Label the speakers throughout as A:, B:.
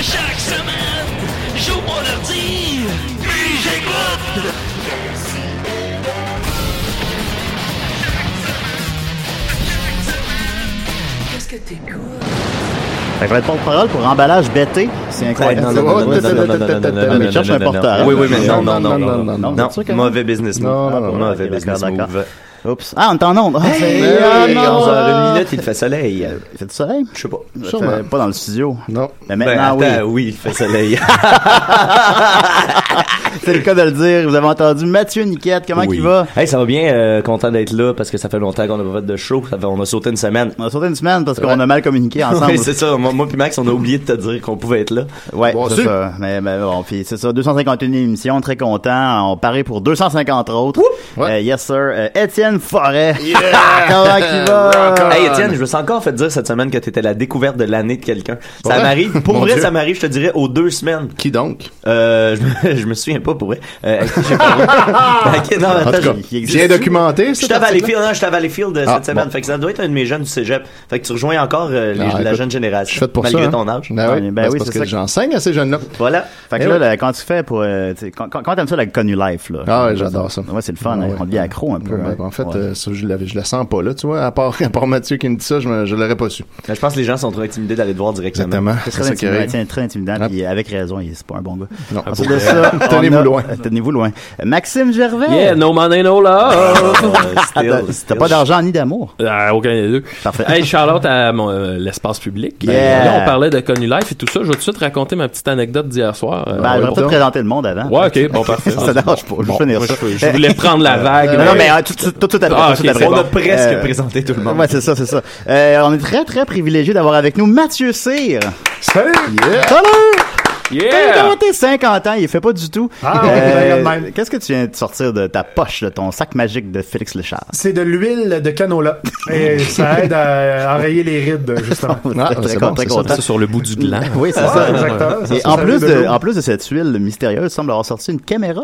A: Chaque semaine, j'ouvre mon ordi, puis j'écoute.
B: Qu'est-ce que t'es cool?
C: Fait que le porte-parole pour emballage bêté, c'est incroyable.
D: non, non, non, non, non, non, non, non,
C: Ah, mais cherche un porteur.
D: Oui, oui, mais non, non, non, non, non,
C: non,
D: non,
C: c'est sûr que non.
D: mauvais business move.
C: Non, non, non,
D: mauvais
C: ok,
D: business
C: d'accord, d'accord.
D: move.
C: Oups. Ah, on est en onde. Ah, c'est- ah,
D: Hey,
C: non,
D: dans
C: ah.
D: une minute, il fait soleil.
C: Il fait du soleil?
D: Euh, Je sais pas.
C: Ça fait Pas dans le studio.
E: Non.
C: Mais
D: Ben,
C: maintenant,
D: attends,
C: oui.
D: oui, il fait soleil.
C: C'est le cas de le dire. Vous avez entendu Mathieu Niquette. Comment
D: Oui.
C: il va?
D: Hey, ça va bien, euh, content d'être là parce que ça fait longtemps qu'on n'a pas fait de show. Ça fait- on a sauté une semaine.
C: On a sauté une semaine parce qu'on a mal communiqué ensemble.
D: Oui, c'est ça. Moi, moi puis Max, on a oublié de te dire qu'on pouvait être là.
C: Ouais,
E: Bon,
C: c'est
E: c'est-
C: ça. Mais, mais bon, puis c'est ça, 251 émissions, très content. On parie pour 250 autres.
E: Ouais.
C: Euh, yes, sir. Euh, Étienne Forêt. Comment il va?
E: Rock on.
D: Hey Étienne, je me suis encore fait dire cette semaine que t'étais la découverte de l'année de quelqu'un. Ça
E: Ouais.
D: m'arrive, pour
E: Mon
D: vrai,
E: Dieu.
D: ça m'arrive, je te dirais, aux deux semaines.
E: Qui donc?
D: Euh, je, me- je me souviens pas pour vrai. Euh, à qui j'ai parlé? À qui- non,
E: En
D: Ah, attends,
E: tout cas,
D: je- il
E: bien
D: existe-
E: documenté,
D: Je suis à Valleyfield, non, je suis à Valleyfield euh,
E: Ah,
D: cette semaine.
E: bon.
D: Fait que ça doit être un de mes jeunes du cégep. Fait que tu rejoins encore euh, les- la
E: Ah, écoute,
D: jeune
E: Je
D: génération.
E: suis fait pour
D: malgré
E: ça.
D: ton
E: hein.
D: âge.
E: Ben oui,
C: Ben
E: ben
C: oui,
E: c'est parce
C: c'est
E: que
C: ça.
E: j'enseigne à ces jeunes-là.
D: Voilà.
C: Fait que
E: Eh
C: là,
E: oui.
C: là, quand tu fais pour... Euh, tu sais, quand- quand- comment t'aimes ça, la connu life, là?
E: Ah ouais, j'adore ça.
C: Ouais, c'est le fun.
E: Ah
C: hein.
E: ouais.
C: On devient accro un peu.
E: Ouais,
C: hein.
E: ben, en fait,
C: Ouais.
E: euh, ça, je, l'avais- je le sens pas là, tu vois. À part, à part Mathieu qui me dit ça, je, me- je l'aurais pas su.
D: Ben, je pense que les gens sont trop intimidés d'aller te voir directement.
E: Exactement.
C: C'est
E: C'est
C: très
E: ça qui
C: intimidant,
E: arrive.
C: tiens, très intimidant,
E: Ah.
C: puis avec raison, il- c'est pas un bon gars.
E: Non. ah,
C: Ensuite de ça, on
E: Tenez-vous
C: a-
E: loin.
C: Tenez-vous loin. Euh, Maxime Gervais.
F: Yeah, no money, no love.
D: Euh,
C: Ah,
D: still,
C: t'as- T'as
D: still.
C: pas d'argent ni d'amour.
F: Ah, aucun des deux.
C: Parfait.
F: Hey, Charlotte à mon, euh, l'espace public. Euh,
C: Yeah.
F: Là, on parlait de Connu Life et tout ça. Je vais tout de suite raconter ma petite anecdote d'hier soir. Euh,
C: Ben,
F: ouais,
C: je
F: bon.
C: vais peut-être présenter le monde avant.
F: Ouais, ok, bon, parfait.
C: Ça dérange pas. Je vais finir
F: Moi,
C: ça.
F: je, je voulais prendre la vague.
C: Non, non, mais euh, tout tout- tout- tout après.
F: Ah,
C: tout- tout
F: ok,
C: après.
D: On a
C: Bon.
D: presque
C: Euh,
D: présenté tout le monde.
C: Ouais, c'est ça, c'est ça. Euh, on est très, très privilégié d'avoir avec nous Mathieu Cyr.
E: Salut!
C: Salut!
F: Yeah!
C: Comment t'es 50 ans? Il fait pas du tout.
G: Ah, ouais,
C: Euh,
G: ben, regarde même.
C: Qu'est-ce que tu viens de sortir de ta poche, de ton sac magique de Félix Lechard?
G: C'est de l'huile de canola. Et ça aide à enrayer les rides, justement.
E: Ah,
C: très
E: c'est
C: content,
E: bon, c'est
C: très content.
F: Ça, sur le bout du gland.
C: Oui, c'est
G: Ouais,
C: ça.
G: exactement. Ah, Ça,
C: Et
G: ça,
C: en,
G: ça
C: plus
G: fait
C: de,
G: deux
C: en plus de cette huile mystérieuse, il semble avoir sorti une caméra.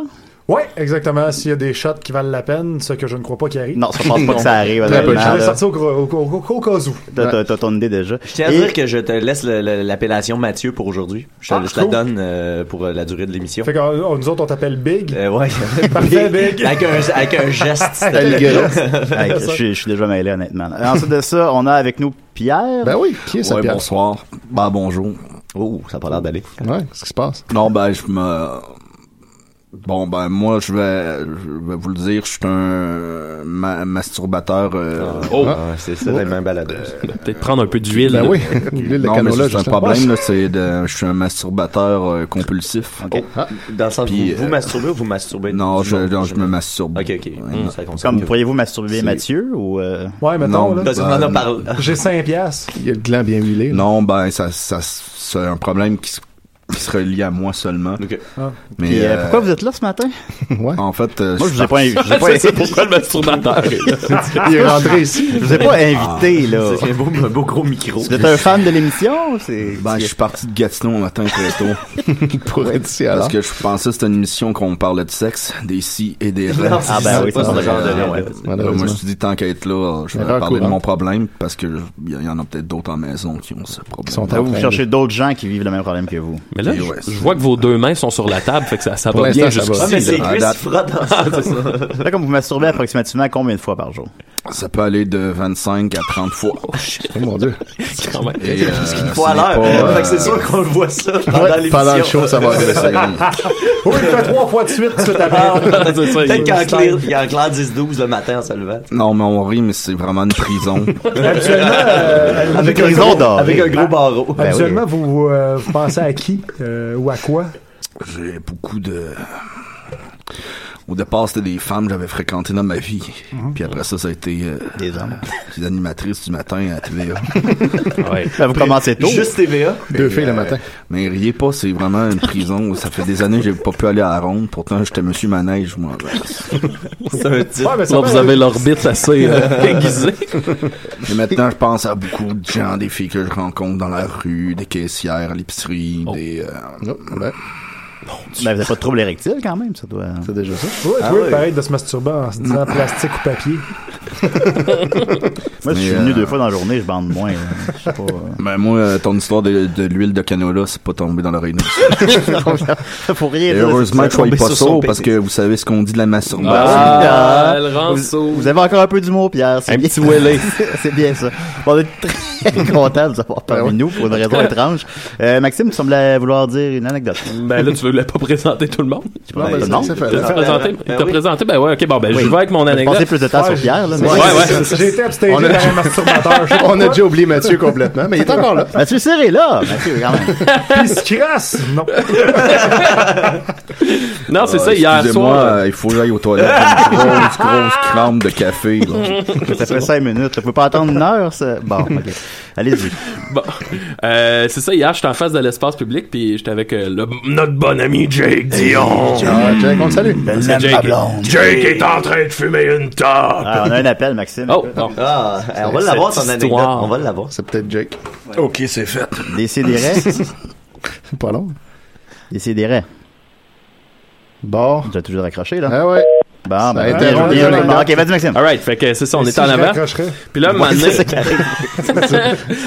G: Oui, exactement. S'il y a des shots qui valent la peine, ce que je ne crois pas qu'il arrive. Euh,
C: Non, ça pense pas que ça arrive.
E: Très peu de
C: honnêtement,
G: Je vais
C: là.
G: sortir au, au- au- au- au cas où.
C: T'as- T'as t'as ton idée déjà.
D: Je tiens à
C: Et-
D: dire que je te laisse le- le- l'appellation Mathieu pour aujourd'hui. Je te
G: Ah,
D: je te la
G: cool.
D: donne euh, pour euh, la durée de l'émission.
G: Fait que on- nous autres, on t'appelle Big.
D: Euh, ouais.
G: Parfait, Big.
D: avec, un, avec un geste. s'il te plaît.
C: Hey, je, suis- je suis déjà mêlé, honnêtement. là. Ensuite de ça, on a avec nous Pierre.
E: Ben oui, qui est ça,
H: Ouais,
E: Pierre?
H: bonsoir. Ben, bonjour.
D: Oh, ça a pas l'air d'aller.
E: Ouais, qu'est-ce qui se passe?
H: Non, ben, je me... Bon, ben, moi, je vais, je vais vous le dire, je suis un ma- masturbateur. euh,
F: Oh,
D: Ah, c'est ça, la main baladeuse.
F: peut-être prendre un peu d'huile.
E: Ben oui, l'huile de
H: Non, mais
E: canola,
H: c'est un
E: justement.
H: problème, là, c'est de... Je suis un masturbateur euh, compulsif.
C: Ok.
D: Dans le sens,
H: Puis,
D: vous, vous
H: euh,
D: masturbez ou vous masturbez?
H: Non, je, non, je me
D: masturbe.
H: masturbe.
D: Ok, ok.
H: Ouais,
D: Ça concerne
C: Comme
D: que-
C: pourriez-vous masturber
H: C'est-
C: Mathieu ou euh,
G: Ouais, mettons,
H: Non,
G: là.
H: ben-
D: Parce qu'on en a parlé.
G: J'ai 5 piastres.
E: Il y a le gland bien huilé. là.
H: Non, ben, ça, ça, c'est un problème qui se, qui se relie à moi seulement.
D: Ok.
G: Ah.
H: Mais
C: Puis, euh,
H: euh,
C: pourquoi vous êtes là ce matin
E: Ouais.
H: En fait, euh,
C: Moi,
H: je
C: je vous ai pas, je vous ai pas,
F: C'est ça, pourquoi le masturbateur est là?
E: Il est rentré ici.
C: je vous ai pas Ah, invité là.
D: C'est un beau, un beau gros micro.
C: Vous êtes un fan de l'émission C'est
H: ben, je suis parti de Gatineau un matin très tôt.
E: Pour être ici,
H: Parce
E: alors.
H: que je pensais que c'était une émission qu'on parlait de sexe, des si et des rêves.
C: Ah, ben oui,
D: pas
C: ça,
D: ce
C: c'est
D: genre de
H: vrai,
D: lien,
H: ouais.
D: là.
H: Euh, moi, je
E: Malheureusement.
H: me suis dit, tant qu'à être là, je vais
E: Erreur
H: parler de
E: courante.
H: mon problème parce que il y, y en a peut-être d'autres en maison qui ont ce problème.
E: Ils sont
C: Là,
E: à
C: vous
E: train
C: cherchez d'autres gens qui vivent le même problème que vous.
F: Mais là,
H: Et
F: je,
H: ouais,
F: je vois que vos deux mains sont sur la table, fait que ça, ça
E: Pour
F: va
E: l'instant,
F: bien
E: ça va.
F: jusqu'ici.
D: Ah, mais c'est
F: là.
H: là,
D: Chris
H: date-
D: qui frotte dans ça.
C: Là, comme vous masturbez approximativement combien de fois par jour
H: de- Ça peut aller de 25 à 30 fois.
E: Oh mon dieu.
F: Quand même.
H: Et, euh, ce n'est
D: Fois à
H: pas,
D: l'heure.
H: euh,
D: Fait que c'est sûr qu'on le voit ça pendant
E: Ouais, pendant le
D: l'émission.
E: show, ça va
H: deux
E: aller.
H: secondes.
G: Oui, il fait 3 fois de suite, tout à l'heure.
D: Peut-être qu'en
G: Style.
D: clair, il y a en clair 10-12 le matin en se levant.
H: non, mais on rit, mais c'est vraiment une prison.
G: Habituellement, euh,
C: Avec un gros doré.
D: Avec un gros barreau.
C: ben Ah, oui.
G: habituellement, vous, euh, vous pensez à qui euh, ou à quoi
H: J'ai beaucoup de... Au départ, c'était des femmes que j'avais fréquentées dans ma vie.
E: Mhm.
H: Puis après ça, ça a été euh,
C: Des hommes.
H: euh, des animatrices du matin à TVA.
C: Ben, vous commencez tôt.
D: Juste TVA.
E: Deux filles le matin.
H: euh, Mais riez pas, c'est vraiment une prison. Ça fait des années que j'ai pas pu aller à la ronde. Pourtant, j'étais monsieur manège, moi.
D: C'est un titre.
G: Ouais, mais ça
F: Là,
G: fait-
F: vous avez l'orbite assez euh, aiguisée.
H: Et maintenant, je pense à beaucoup de gens, des filles que je rencontre dans la rue, des caissières à l'épicerie, des... euh,
E: Oh, ben,
C: Ben, vous avez pas de trouble érectile quand même, ça doit.
E: c'est déjà ça.
G: Ouais, toi, pareil, de se masturber en se disant plastique ou papier.
C: Moi, si je suis
H: Mais,
C: venu
H: euh,
C: deux fois dans la journée, je bande moins. là. Je sais pas. euh,
H: Ben moi, euh, ton histoire de, de l'huile de canola, c'est pas tombé dans l'oreille.
C: Faut rien
H: Et
C: dire,
H: heureusement
C: ça
H: que je sois
C: tombe
H: pas
C: sur son
H: sourd parce que
C: pénis.
H: vous savez ce qu'on dit de la masturbation.
F: Ah,
C: Ah,
F: elle rend sourd.
C: Vous avez encore un peu d'humour, Pierre. C'est
F: Un
C: bien.
F: petit wellé.
C: C'est bien ça. Bon, on est très content de vous avoir parmi nous pour une raison étrange. Euh, Maxime, tu semblais vouloir dire une anecdote.
F: Ben là, tu voulais pas présenter tout le monde.
E: Non,
C: Ben,
E: ben,
C: non.
E: c'est- c'est fait.
F: Tu t'as présenté,
D: ben
F: t'as
D: oui.
F: présenté, ben ouais, ok, bon, ben
C: Oui.
F: je vais avec mon
C: Je pensais
F: anecdote.
C: plus de temps sur
G: Ouais,
C: Pierre, là. Mais...
F: Ouais, ouais.
G: c'est ça. J'ai été abstégé
E: On a-
G: par un masturbateur. Je sais pas
C: Ah,
E: On a
G: pourquoi.
E: déjà oublié Mathieu complètement, mais il est
H: Ah,
E: encore là.
C: Mathieu Serré, là. Mathieu, quand même.
G: Puis il se crasse. Non.
F: Non,
C: Ah,
F: c'est ça, hier
H: Excusez-moi,
F: soir.
H: euh, il faut que j'aille aux toilettes. J'ai une grosse, grosse crame de café. là.
C: Ça fait cinq minutes. là. Faut pas attendre une heure, ça. Bon, ok. Allez-y.
F: Bon. Euh, c'est ça, hier, j'étais en face de l'espace public, puis j'étais avec euh, le- notre bon ami Jake Dion.
E: Ah, Jack, on le salue.
H: Ben-
C: L'aime
F: Jake.
C: ma blonde.
F: Jake est en train de fumer une top.
C: Ah, on a un appel, Maxime.
F: Oh, bon.
D: Ah, eh, on va l'avoir
F: Cette
D: ton anecdote.
F: histoire.
D: On va l'avoir.
E: C'est peut-être Jake.
H: OK, c'est fait.
C: Décidérez.
E: C'est pas long.
C: Décidérez.
E: Bon.
C: Tu as toujours raccroché, là.
E: Ah ouais.
C: Bon, ben,
E: a
C: bien
E: été
C: joué,
E: un
C: bien
E: jeu
C: joué.
E: de
C: Bon, Ok, vas-y, Maxime.
F: Alright, fait que c'est ça, on
G: Si
F: était en
G: je
F: avant.
G: raccrocherais.
F: Puis là, à un moment donné,
C: C'est ça qui arrive.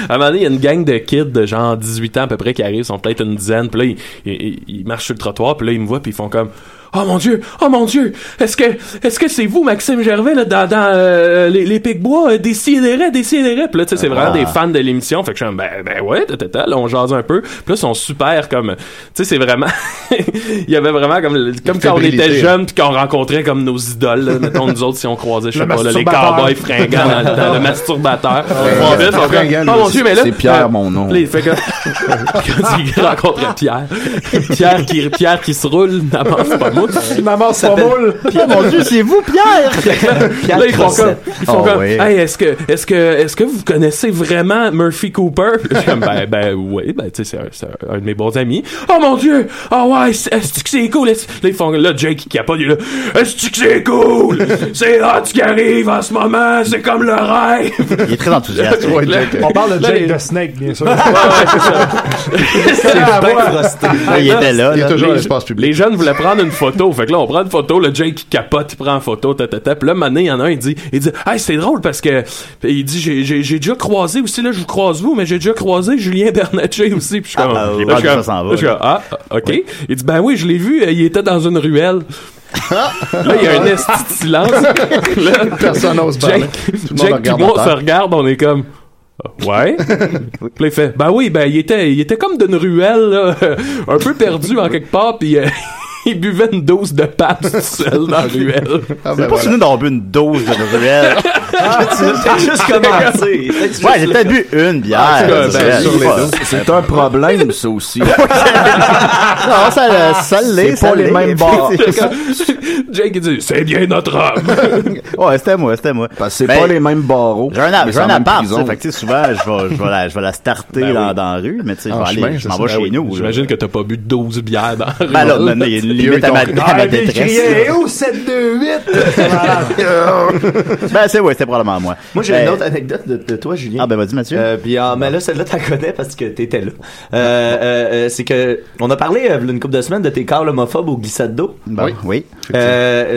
F: à un moment donné, il y a une gang de kids de genre 18 ans à peu près qui arrivent, ils sont peut-être une dizaine, puis là, ils, ils- ils- ils marchent sur le trottoir, puis là, ils me voient, puis ils font comme « Oh mon Dieu! Oh mon Dieu! Est-ce que est-ce que c'est vous, Maxime Gervais, là, dans, dans euh, les, les Pic-Bois? Euh, Décidérez, décidérez! » Puis là, tu sais, c'est
C: Ah.
F: vraiment des fans de l'émission, fait que je suis comme « Ben, ben ouais, tata, tata, là, on jase un peu. » Puis là, ils sont super comme... Tu sais, c'est vraiment... Il y avait vraiment comme... le- Comme quand on
E: fébrilité,
F: était
E: hein.
F: jeunes, puis qu'on rencontrait comme nos idoles, là, mettons, nous autres, si on croisait, je sais
G: Le
F: pas, là, les
G: masturbateur.
F: cowboys fringants dans le temps, le masturbateur. Bon, vite, on fait-
E: fringant,
F: Ah,
E: lui,
F: mon Dieu, mais là,
H: c'est Pierre,
F: euh,
H: mon nom.
F: là, il fait que quand il rencontre Pierre, Pierre qui, Pierre qui se roule, n'avance pas moi.
G: Il m'amorce pas moule.
C: Oh mon Dieu, c'est vous, Pierre!
F: Là, ils font comme, ils font
H: Ah,
C: Oh,
F: comme,
C: oui.
F: hey, est-ce que, est-ce que, est-ce que vous connaissez vraiment Murphy Cooper? Puis je suis comme, ben, ben, oui, ben, tu sais, c'est un, c'est un- un de mes bons amis. Oh mon dieu! Oh ouais, c'est- est-ce que c'est cool? Est-ce- Là, ils font, là, Jake qui capote, il est là, est-ce que c'est cool? C'est hot ce qui arrive en ce moment, c'est comme le rêve!
C: Il est très enthousiaste.
E: Ouais, Jack.
G: On parle de
F: Là, les-
G: Jake de Snake, bien sûr.
F: C'est
G: Ah,
F: bien
G: voilà.
F: frosté.
C: Ah, il était là.
E: Il est
C: là.
E: toujours à
F: les-
E: l'espace public.
F: Les jeunes voulaient prendre une photo. Fait que là, on prend une photo, le Jake qui capote, il prend en photo, ta, ta, ta. Puis là, maintenant, il y en a un, il dit, il dit, hey, c'est drôle parce que, Puis il dit, j'ai, j'ai, j'ai déjà croisé aussi, là, je vous croise vous, mais j'ai déjà croisé Julien Bernatchez aussi. Puis je suis comme,
C: Ah,
F: là,
C: j'ai
F: je
C: peur
F: suis
C: que ça
F: comme-
C: s'en va,
F: là, je suis comme, ah, ok. Il dit, ben oui, je l'ai vu, euh, il était dans une ruelle. là, il y a un esti de silence. là,
E: Personne n'ose parler.
F: Jake,
E: Tout le monde
F: Jake, tout
E: regarde
F: le monde
E: en
F: se
E: terre.
F: regarde, on est comme. Ah, Ouais. Puis là, il fait, ben oui, ben il était, il était comme d'une ruelle, là, un peu perdu en quelque part, puis euh, il buvait une dose de pape tout seul dans la ruelle.
E: Ah,
C: J'ai
E: ben
C: pas
E: voilà.
C: souvenu d'avoir bu une dose de ruelle.
D: T'as juste commencé. T'as juste-
C: Ouais, j'ai peut-être bu une bière.
F: Ah, en tout cas,
C: de
F: ben,
C: ruelle.
F: sur
C: Je sais pas.
H: C'est un problème, ça aussi.
C: Non, ça, euh, ça l'est.
H: C'est pas
C: ça
H: les
C: l'est.
H: mêmes bars.
F: Jake, il dit, c'est bien notre homme.
C: Ouais, c'était moi, c'était moi.
H: Parce que c'est
C: Ben,
H: pas les mêmes barreaux.
C: J'ai un, app-
H: mais
C: j'ai
H: c'est
C: un
H: la même
C: appart,
H: prison.
C: ça, fait que, tu sais, souvent, je vais, je vais la, je vais la starter dans, dans la rue, mais tu sais, je
E: En
C: vais aller,
E: chemin,
C: je
E: c'est
C: m'en
E: ça.
C: vais
E: Ben
C: chez
E: oui.
C: nous. là.
F: J'imagine que t'as pas bu 12 bières dans la ruelle.
C: Ben là, maintenant, il y a une limite à ma, à ma
G: Ah, puis il
C: détresse.
G: criait, Eh où 7-2-8?
C: Ben, c'est, ouais, c'était probablement moi.
D: Moi, j'ai
C: Euh,
D: une autre anecdote de, de toi, Julien.
C: Ah, ben, vas-y, Mathieu.
D: Euh, puis, ah, mais là, celle-là, t'as connais parce que t'étais là. Euh, euh, euh, c'est que, on a parlé, euh, une couple de semaines, de tes corps homophobes au glissade d'eau.
C: Bon,
E: oui.
C: Ben, oui.
D: Euh,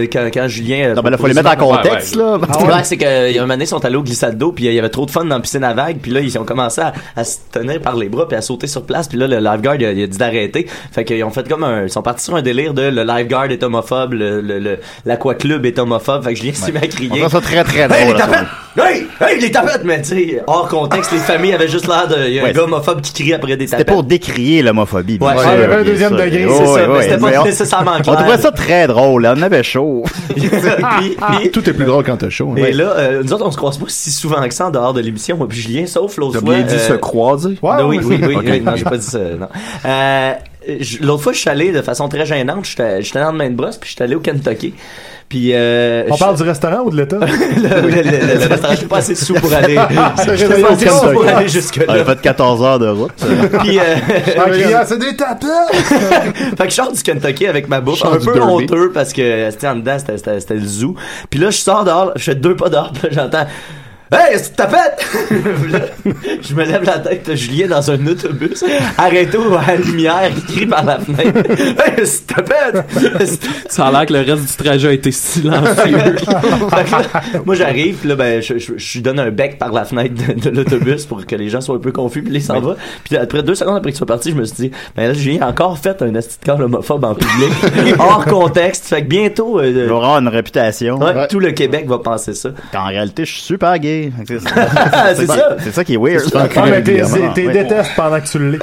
D: euh, quand, quand Julien. euh,
C: Non, ben là, faut les
D: proposait-
C: mettre en contexte,
F: Ouais,
C: là.
D: Ah ouais, c'est que il y a un moment donné, ils sont allés au glissade d'eau, puis euh, il y avait trop de fun dans la piscine à vagues, puis là ils ont commencé à, à se tenir par les bras puis à sauter sur place, puis là le lifeguard il a, il a dit d'arrêter. Fait qu'ils ont fait comme un ils sont partis sur un délire de le lifeguard est homophobe, le le- le- l'aquaclub est homophobe. Fait que Julien s'est mis à
C: On
D: crier.
C: trouve ça très, très
D: Hey, les
C: drôle.
D: tapettes! Hey! Hey, les tapettes! Mais tu sais, hors contexte, les familles avaient juste l'air de. Il y a un
C: Ouais,
D: gars homophobe qui crie après des
C: C'était
D: tapettes.
C: pour décrier l'homophobie. bien
D: Ouais,
C: sûr,
D: il y avait
G: un
C: bien
G: deuxième
C: sûr.
G: degré,
D: C'est
C: Ouais,
D: ça, mais
C: ouais,
D: c'était
C: mais
D: pas
C: on-
D: nécessairement
C: On
D: clair.
C: trouvait ça Ah, très drôle, là. On avait chaud.
D: Puis- puis-
E: Tout est plus drôle quand t'es chaud. hein.
D: Et là, euh, nous autres, on se croise pas si souvent que ça en dehors de l'émission, moi puis Julien, sauf l'autre
H: T'as
D: fois.
H: bien dit
D: euh,
H: se croiser?
G: Ouais,
D: non, oui,
G: ouais,
D: oui, oui,
H: Ok.
D: oui, non, j'ai pas dit ça, non. Euh, je- l'autre fois, je suis allé de façon très gênante. J'étais j'étais dans le main de brosse, puis je suis allé au Kentucky. Puis, euh,
G: On
D: je-
G: parle du restaurant ou de l'État? Ah,
D: le, le, le- le restaurant, j'étais pas assez sous pour aller.
G: réveillé
D: J'étais pas
G: au
D: assez sous pour
G: Kentucky.
D: aller
C: On a
D: jusque-là.
C: fait 14 heures de route.
D: Puis, euh,
G: En criant, c'est des tatas!
D: Fait que je sors du Kentucky avec ma bouffe,
E: Sors
D: un
E: du
D: peu
E: Derby.
D: honteux parce que c'était en dedans, c'était- c'était c'était le zoo. Puis là, je sors dehors, je fais deux pas dehors, puis là, j'entends. Hey, est-ce que tu tapette? Puis là, je me lève la tête, là, Julien dans un autobus, arrêté au- à la lumière, il crie par la fenêtre. Hey, est-ce que tu tapette? Est-ce que-
F: Ça a l'air que le reste du trajet a été silencieux.
D: Fait que là, moi j'arrive puis là ben je, je, je lui donne un bec par la fenêtre de, de l'autobus pour que les gens soient un peu confus puis là, il s'en va puis après deux secondes après qu'il soit parti je me suis dit ben là j'ai encore fait un esti de corps homophobe en public hors contexte fait que bientôt euh,
C: Il va avoir une réputation.
D: ouais, tout le Québec va penser ça
C: En réalité, je suis super gay. C'est
D: c'est ça
C: C'est ça qui est weird.
G: Ah, mais t'es-
C: Régulièrement,
G: t'es
C: ouais.
G: détestes pendant que tu le lis.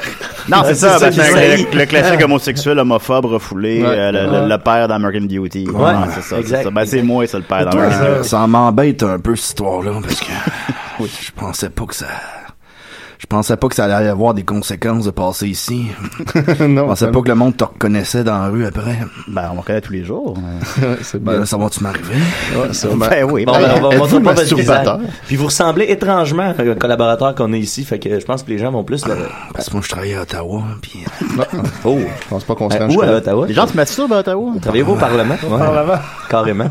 C: Non, c'est ça.
D: ça
C: ben,
D: qui
C: c'est
D: est
C: le, le classique homosexuel, homophobe, refoulé, euh, le, le- le père d'American Beauty.
D: Ouais.
C: Ouais, c'est ça.
D: Exact.
C: c'est ça. Ben, c'est moi, ça, le père
H: Ouais,
C: d'American Beauty.
H: ça- Euh, ça m'embête un peu cette histoire-là parce que oui, je pensais pas que ça. Je pensais pas que ça allait avoir des conséquences de passer ici. Je
E: non,
H: pensais pas que le monde te reconnaissait dans la rue après.
C: Ben, on le connaît tous les jours. mais-
E: Ouais, c'est
H: Ben,
E: bien.
H: là, ça va-tu m'arriver?
E: Ouais, ça, ben,
C: Ben oui.
D: Bon,
C: ben,
D: ben, on va- on va
E: Êtes-vous
D: montrer pas votre
E: masturbateur?
D: visage. Puis vous ressemblez étrangement à un collaborateur qu'on est ici, fait que je pense que les gens vont plus le... Ben,
H: Parce que moi, je travaillais à Ottawa, puis
D: Oh!
E: je pense pas qu'on se rend
D: Où à
E: jusque-là.
D: Ottawa?
C: les gens se masturbent à Ottawa.
D: Travaillez-vous au Parlement? Ouais,
G: Parlement.
D: carrément.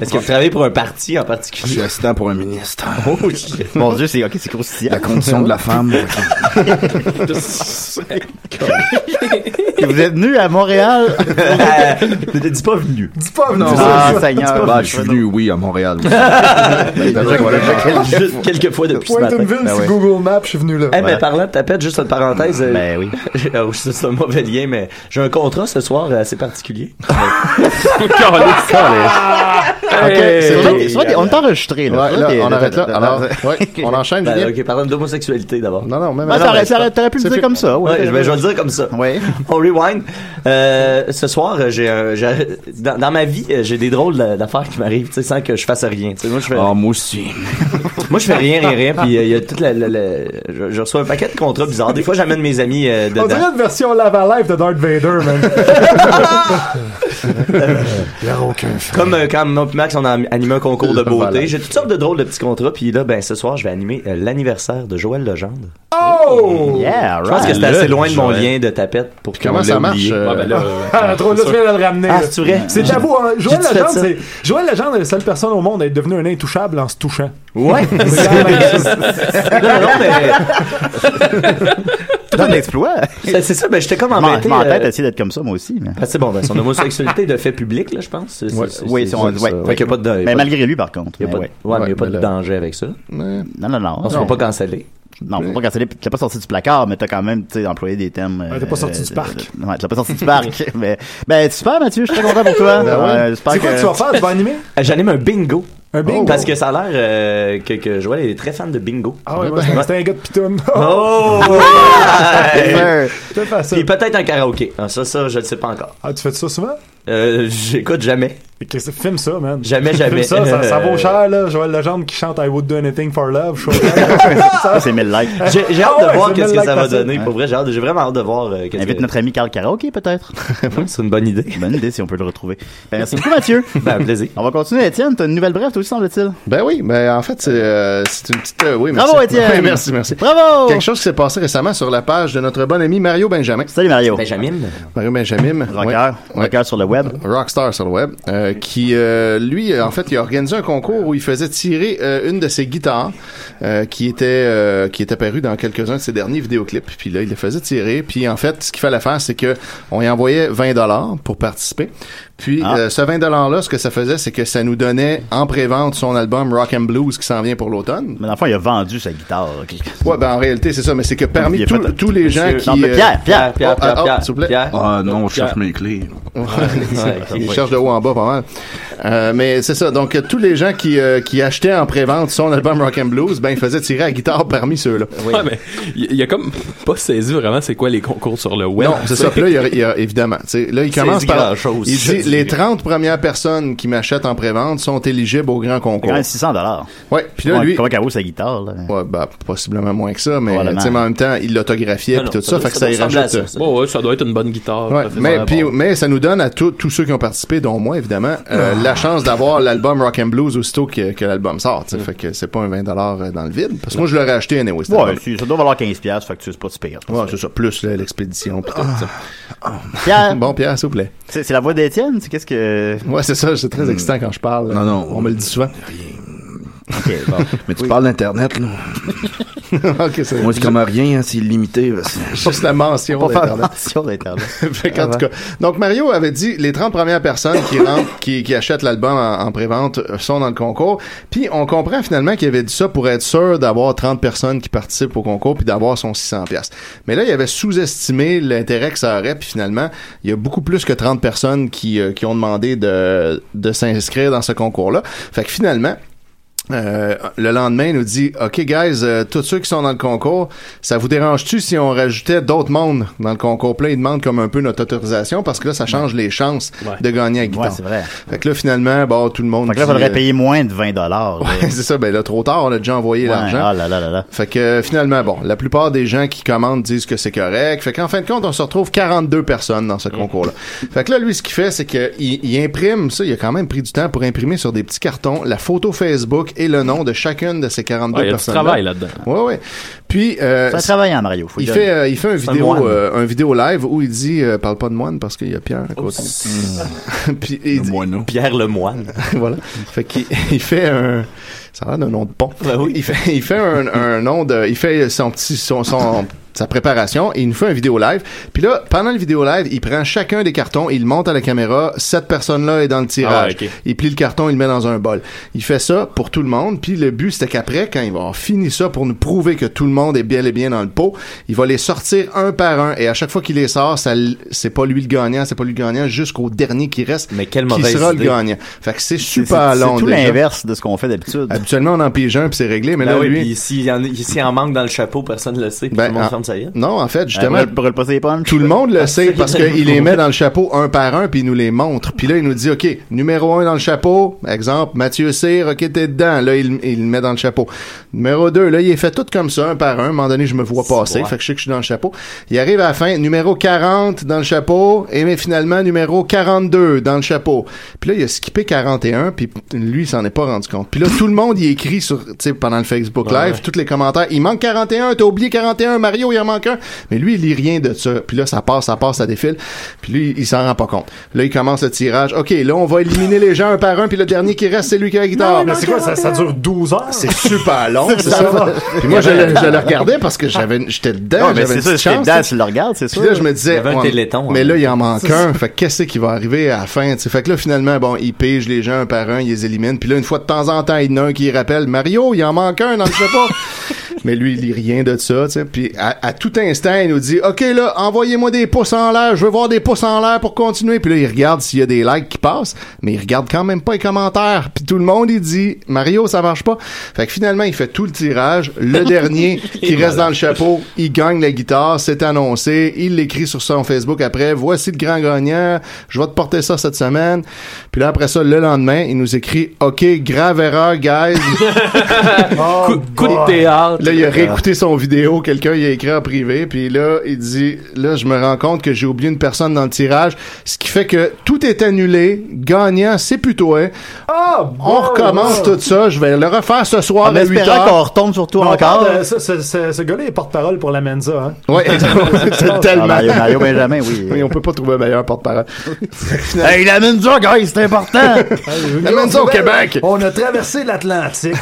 D: Est-ce que vous travaillez pour un parti en particulier?
H: je suis assistant pour un ministre.
D: Oh, shit.
C: Mon Dieu, c'est ok, c'est croustillant.
H: La condition de la femme.
C: Vous êtes venu à Montréal.
D: Euh, dis pas venu.
G: Dis pas, non.
C: Ah,
H: Ben,
C: Seigneur.
H: je suis venu, oui, à Montréal. Ben, oui.
D: Juste quelques fois depuis ce matin.
G: Pointonville, c'est Google Maps, je suis venu là.
D: Eh mais parlant de tapette, juste une parenthèse. euh,
C: Ben oui.
D: euh, oh, c'est un mauvais lien, mais j'ai un contrat ce soir euh, assez particulier.
E: Ah,
C: C'est
F: Hey.
C: vrai, c'est vrai qu'on est enregistré, là.
E: Ouais,
C: C'est
E: là,
C: vrai que-
E: on arrête là. Alors, ouais, on enchaîne,
D: Ben,
E: Julien.
D: ok, parlant d'homosexualité d'abord.
E: Non, non, même
C: Ben,
E: non,
C: t'aurais-
E: mais c'est
C: t'aurais t'aurais pu le
E: c'est
C: dire
E: plus-
C: comme ça.
D: Ouais,
C: Ouais,
D: je vais, je vais le dire comme ça.
C: Ouais.
D: On rewind. Euh, ce soir, euh, j'ai un, j'ai- dans, dans ma vie, euh, j'ai des drôles d'a- d'affaires qui m'arrivent, tu sais, sans que je fasse rien. Tu sais, moi, je fais,
H: Ah, moi aussi.
D: moi, je fais rien, rien, rien. Puis euh, il y a toute la, la- la- je, je reçois un paquet de contrats bizarres. Des fois, j'amène mes amis euh,
G: On
D: dedans.
G: dirait une version live à live de Darth Vader, man.
D: Comme euh, quand Mop Max, on a am- animé un concours de beauté.
E: Voilà.
D: J'ai toutes sortes de drôles de petits contrats. Puis là, ben, ce soir, je vais animer euh, l'anniversaire de Joël Legendre.
C: Yeah,
D: Je pense
C: right.
D: que c'était
F: le
D: assez loin de mon
F: Joël.
D: lien de tapette pour qu'on
E: Comment ça
D: l'ait
E: marche?
F: Ouais,
E: euh,
F: ben là, euh,
G: Ah, trop là, tu viens de le ramener.
D: Ah,
G: là.
D: c'est vrai?
G: C'est tabou, hein. Joël
D: J'ai-tu fait
G: Legendre,
D: ça?
G: c'est. Joël Legendre est la seule personne au monde à être devenu un intouchable en se touchant.
D: Ouais!
G: C'est quand même ça.
D: non, non, mais
C: C'est un exploit.
D: c'est- c'est ça, ben, j'étais comme
C: Je m'en-
D: embêté.
C: je m'entête
D: euh,
C: à essayer d'être comme ça, moi aussi. mais-
D: parce que bon, ben, son homosexualité est de fait public, là, je pense. C'est-
E: Ouais.
D: c'est-
C: Oui,
D: c'est-
C: si on-
D: c'est
C: ouais,
D: ça.
C: ouais.
D: Fait qu'il y a pas de.
C: Mais
D: pas-
C: malgré lui, par contre.
D: il y a
C: mais
D: pas de-
C: ouais.
D: Ouais, mais il n'y a
E: Ouais,
D: pas
E: mais
D: de
E: là-
D: danger avec ça.
E: ouais.
C: Non, non, non.
D: On ne sera pas cancellé.
C: Non, faut pas canceller. T'as pas sorti du placard, mais t'as quand même, tu sais, employé des termes. euh,
G: Ouais, t'es pas sorti
C: euh,
G: du parc.
C: euh, ouais, t'as pas sorti du parc. mais, ben, super, Mathieu, je suis très content pour toi.
D: Ben
C: Ouais, j'espère
G: C'est quoi que tu vas faire? Tu vas animer?
D: Euh, J'anime un bingo.
G: Un bingo?
D: Oh. Parce que ça a l'air euh, que, que Joël est très fan de bingo.
G: Ah ouais, moi, c'était un gars de pitoune.
D: Oh!
C: Ouais.
G: T'as fait ça.
D: Puis peut-être un karaoké. Ah, Ça, ça, je ne sais pas encore.
G: Ah, tu fais ça souvent?
D: Euh, J'écoute jamais.
G: Qu'est-ce que- Filme ça, man.
D: Jamais, jamais.
G: Filme ça, ça, ça vaut
D: Euh,
G: cher, là. Joël Legendre qui chante I would do anything for love. show.
C: Ça, c'est 1000 likes.
D: J'ai j'ai hâte
G: Ah
D: de
G: ouais,
D: voir
G: c'est
D: qu'est-ce
G: le
D: que ça
G: lac
D: va
G: facile.
D: donner. Pour vrai, j'ai hâte- j'ai vraiment hâte de voir. euh, qu'est-ce
C: Invite
D: que-
C: notre ami Carl Karaoke, peut-être.
D: Ouais, C'est une bonne idée.
C: Bonne idée, si on peut le retrouver. Ben, merci beaucoup, Mathieu.
D: Ben, plaisir.
C: On va continuer. Étienne, t'as une nouvelle brève, toi aussi, semble-t-il.
E: Ben oui, mais en fait, c'est euh, c'est une petite. euh, oui, merci.
C: Bravo, Étienne.
E: Ouais, merci, merci.
C: Bravo!
E: Quelque chose qui s'est passé récemment sur la page de notre bon ami Mario Benjamin.
C: Salut, Mario.
D: Benjamin.
E: Mario Benjamin.
C: Rocker.
E: Ouais.
C: Rocker sur le web.
E: Rockstar sur le web, euh, qui euh, lui, euh, en fait, il a organisé un concours où il faisait tirer euh, une de ses guitares euh, qui était euh, qui est apparue dans quelques-uns de ses derniers vidéoclips. Puis là, il les faisait tirer. Puis en fait, ce qu'il fallait faire, c'est que on y envoyait 20 dollars pour participer. Puis
C: Ah.
E: euh, ce 20 dollars là, ce que ça faisait, c'est que ça nous donnait en prévente son album Rock and Blues qui s'en vient pour l'automne.
C: Mais dans le fond, il a vendu sa guitare. ok.
E: Ouais, ben en réalité, c'est ça. Mais c'est que
C: Il
E: parmi
C: a
E: tous-
C: fait-
E: tous les gens
D: Monsieur-
E: qui
C: Non, mais
E: euh,
C: Pierre, Pierre.
D: Pierre, Pierre,
E: Ah,
D: Pierre,
E: ah,
D: Pierre.
E: s'il vous plaît.
D: Pierre.
H: Ah non, je cherche mes clés.
E: Il cherche de haut en bas pas mal. Euh, mais c'est ça. Donc, euh, tous les gens qui, euh, qui achetaient en pré-vente son album Rock and Blues, ben, ils faisaient tirer à guitare parmi ceux-là.
F: ouais, mais il y a comme pas saisi vraiment c'est quoi les concours sur le web.
E: Non, c'est ça. Puis là, il y a, il y a- évidemment, tu sais, là, il commence
D: dit
E: par,
D: grand-chose.
E: il dit,
D: Je-
E: les 30 premières personnes qui m'achètent en prévente sont éligibles au grand
C: C'est
E: concours.
C: quand même 600 dollars.
E: Ouais, puis là, lui,
C: Comment qu'elle vaut sa guitare, là?
E: ouais, bah, possiblement moins que ça, mais
C: Probablement.
E: tu sais, mais en même temps, il l'autographiait
D: Non,
E: puis
D: non,
E: tout ça, fait que ça y
D: doit ressembler à
E: rajoute. euh,
D: ça.
F: Bon, ouais, ça doit être une bonne guitare.
E: Ouais,
F: professeur
E: mais,
F: Labarre.
E: puis- mais ça nous donne à tous tous ceux qui ont participé, dont moi évidemment, euh, la chance d'avoir l'album Rock and Blues aussitôt que, que l'album sort. tu sais. Fait que c'est pas un 20 euh, dans le vide. Parce que moi je l'aurais acheté anyway. cet
C: Ouais,
E: album.
C: si- ça doit valoir 15 piastres, fait que tu c'est pas si pire.
E: Ouais, c'est ça. Plus là, l'expédition. pis tout, tu sais.
C: Pierre,
E: Bon Pierre, s'il vous plaît.
C: c'est c'est la voix d'Étienne, c'est qu'est-ce que...
E: Ouais, c'est ça. C'est très excitant quand je parle.
H: Non, non.
E: On me le dit souvent.
C: Ok, bon.
H: Mais tu parles d'Internet, là.
E: ok, c'est
H: Moi, c'est comme rien, hein, c'est limité. parce que-
E: juste la mention.
C: Pas faire
E: d'Internet.
C: mention d'Internet.
E: Fait qu'en tout cas, donc Mario avait dit les 30 premières personnes qui rentrent, qui, qui achètent l'album en, en prévente euh, sont dans le concours. Puis on comprend finalement qu'il avait dit ça pour être sûr d'avoir 30 personnes qui participent au concours puis d'avoir son 600 pièces. Mais là, il avait sous-estimé l'intérêt que ça aurait puis finalement, il y a beaucoup plus que 30 personnes qui, euh, qui ont demandé de, de s'inscrire dans ce concours-là. Fait que finalement, euh, le lendemain, il nous dit OK, guys, euh, tous ceux qui sont dans le concours, ça vous dérange-tu si on rajoutait d'autres mondes dans le concours? Puis là, ils demandent comme un peu notre autorisation parce que là, ça change les chances de gagner à guitare.
C: Ouais, c'est vrai.
E: Fait que là, finalement, bon, tout le monde.
C: Fait que là, il
E: dit,
C: faudrait
E: euh,
C: payer moins de 20 dollars. là.
E: c'est ça, ben là, trop tard, on a déjà envoyé
C: Ouais,
E: l'argent.
C: Ah là là là là.
E: Fait que euh, finalement, bon, la plupart des gens qui commandent disent que c'est correct. Fait qu'en fin de compte, on se retrouve 42 personnes dans ce
F: Mm.
E: concours-là. Fait que là, lui, ce qu'il fait, c'est qu'il il imprime, ça, il a quand même pris du temps pour imprimer sur des petits cartons la photo Facebook et le nom de chacune de ces 42
F: Ouais, il y a du
E: personnes.
F: travail là-dedans.
E: Ouais, ouais. Puis, euh,
C: C'est un travail en Mario. Faut
E: il
C: le
E: fait,
C: dire.
E: euh, il fait un
F: un
E: vidéo,
F: moine.
E: euh, un vidéo live où il dit, euh, parle pas de moine parce qu'il y a Pierre à côté. Puis, il dit-
H: Moi, non.
D: Pierre Lemoine.
E: voilà. Fait qu'il il fait un. Ça a l'air d'un nom de pont.
D: Ben oui.
E: Il fait, il fait un, un nom de. Il fait son petit. Son, son- sa préparation et il nous fait un vidéo live. Puis là, pendant le vidéo live, il prend chacun des cartons, il le monte à la caméra. Cette personne-là est dans le tirage.
F: Ah ouais, ok.
E: Il plie le carton, il le met dans un bol. Il fait ça pour tout le monde. Puis le but, c'était qu'après, quand il va avoir fini ça pour nous prouver que tout le monde est bien et bien dans le pot, il va les sortir un par un. Et à chaque fois qu'il les sort, ça l- c'est pas lui le gagnant, c'est pas lui le gagnant, jusqu'au dernier qui reste.
D: Mais quelle
E: qui
D: mauvaise
E: sera le
D: idée.
E: gagnant. Fait que c'est
C: C'est-
E: super
C: c'est-
E: long.
C: C'est tout
E: déjà.
C: l'inverse de ce qu'on fait d'habitude.
E: Habituellement, on en pige un puis c'est réglé, mais
D: Ben
E: là,
D: oui,
E: lui.
D: puis s'il y, en- s'il en manque dans le chapeau, personne ne le sait, puis tout
E: ben,
D: le monde
E: en-
D: ferme sa gueule.
E: Non, en fait,
C: Justement,
E: justement,
C: pour, pour le passer les punchs.
E: tout le monde le sait
D: c'est
E: parce
D: tellement
E: qu'il les
D: bon.
E: met dans le chapeau un par un puis il nous les montre. Puis là, il nous dit, OK, numéro un dans le chapeau, exemple, Mathieu Cyr, OK, t'es dedans. Là, il, il le met dans le chapeau. Numéro deux, là, il est fait tout comme ça, un par un. À un moment donné, je me vois passer,
D: vrai.
E: fait que je sais que je suis dans le chapeau. Il arrive à la fin, numéro 40 dans le chapeau, et mais finalement, numéro 42 dans le chapeau. Puis là, il a skippé 41, puis lui, il s'en est pas rendu compte. Puis là, tout le monde y écrit sur, tu sais, pendant le Facebook Live, tous les commentaires, il manque 41, t'as oublié 41, Mario, il en manque un. Mais lui, il lit rien de ça. Puis là, ça passe, ça passe, ça défile. Puis lui, il s'en rend pas compte. Là, il commence le tirage. OK, là, on va éliminer les gens un par un, puis le dernier qui reste, c'est lui qui a la guitare.
G: Mais c'est quoi, ça, ça dure 12 heures?
E: C'est super long, c'est ça. Puis moi, je le, je le regardais parce que j'avais, j'étais dedans,
C: Ouais, mais
E: j'avais
C: c'est ça,
E: une petite
C: si t'es
E: chance.
C: dedans, tu le regardes, c'est
E: Puis
C: sûr.
E: là, je me disais,
D: Il y avait un
E: ouais,
D: téléthon,
E: mais
D: hein.
E: là, il en manque un. Fait que qu'est-ce qui va arriver à la fin? tu sais. Fait que là, finalement, bon, ils pigent les gens un par un, ils les éliminent. Puis là, une fois de temps en temps, il y en a un qui rappelle, Mario, il en manque un dans le chapeau. mais lui, il lit rien de ça. tu sais. Puis à, à tout instant, il nous dit, OK, là, envoyez-moi des pouces en l'air. Je veux voir des pouces en l'air pour continuer. Puis là, il regarde s'il y a des likes qui passent, mais il regarde quand même pas les commentaires. Puis tout le monde, il dit, Mario, ça marche pas. Fait que finalement, il fait tout le tirage. Le dernier qui reste dans le chapeau, il gagne la guitare. C'est annoncé. Il l'écrit sur son Facebook après. Voici le grand gagnant. Je vais te porter ça cette semaine. Puis là, après ça, le lendemain, il nous écrit, OK, grave erreur, guys.
G: Oh,
F: Coup, coup de
G: boy.
F: théâtre.
E: Là, il a réécouté son vidéo, quelqu'un il a écrit en privé, puis là, il dit là, je me rends compte que j'ai oublié une personne dans le tirage, ce qui fait que tout est annulé, gagnant, c'est plutôt hein.
G: Ah,
E: On
G: boy.
E: recommence tout ça, je vais le refaire ce soir
C: En
E: à 8
C: Ah, espérant qu'on
E: Ah, heures. euh,
C: retombe sur toi
G: On
C: encore.
G: parle de- Ce, ce- ce- ce gars-là est porte-parole pour la Menza, hein?
E: Ouais, c'est
C: Ah,
E: tellement.
C: Mario, Mario Benjamin, oui.
E: Oui, on peut pas trouver un meilleur porte-parole.
C: Hey, la Menza, guys, c'est important!
E: Amène ça au Québec!
G: On a traversé l'Atlantique.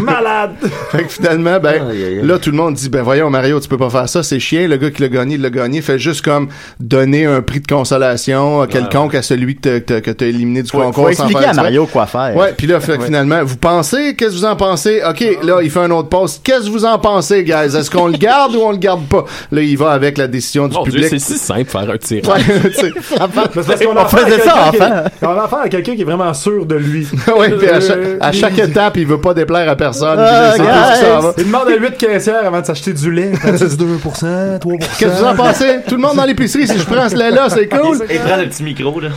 G: Malade!
E: Fait que finalement, ben,
D: Aïe, aïe, aïe.
E: là, tout le monde dit, ben, voyons, Mario, tu peux pas faire ça, c'est chien, le gars qui l'a gagné, il l'a gagné. Fait juste comme donner un prix de consolation à quelconque, à celui que t'as- t'as- que t'as éliminé du
C: Ah. Faut,
E: concours.
C: faut
E: sans
C: expliquer
E: faire
C: à
E: exprès.
C: Mario quoi faire.
E: Ouais, puis là, fait que finalement, vous pensez, qu'est-ce que vous en pensez? OK, là, il fait un autre post. Qu'est-ce que vous en pensez, guys? Est-ce qu'on le garde ou on le garde pas? Là, il va avec la décision du
F: Mon Dieu,
E: public.
F: c'est si simple faire un tirage.
E: Ouais, tu sais.
G: Mais c'est parce qu'on a
C: On
G: affaire à
C: faisait ça,
G: quelqu'un
C: enfant.
G: qui est- On a affaire à quelqu'un qui est vraiment sûr de lui.
E: Ouais, puis à, cha-
G: Euh,
E: à chaque étape, il veut pas déplaire à personne.
C: Ah,
E: C'est tout ce qui s'en va.
G: Il demande à 8 caissières avant de s'acheter du lait. Ça, C'est 2%, 3%.
E: Qu'est-ce que vous en pensez? Tout le monde dans l'épicerie, si je prends ce lait-là, c'est cool!
D: Et prends le petit micro, là.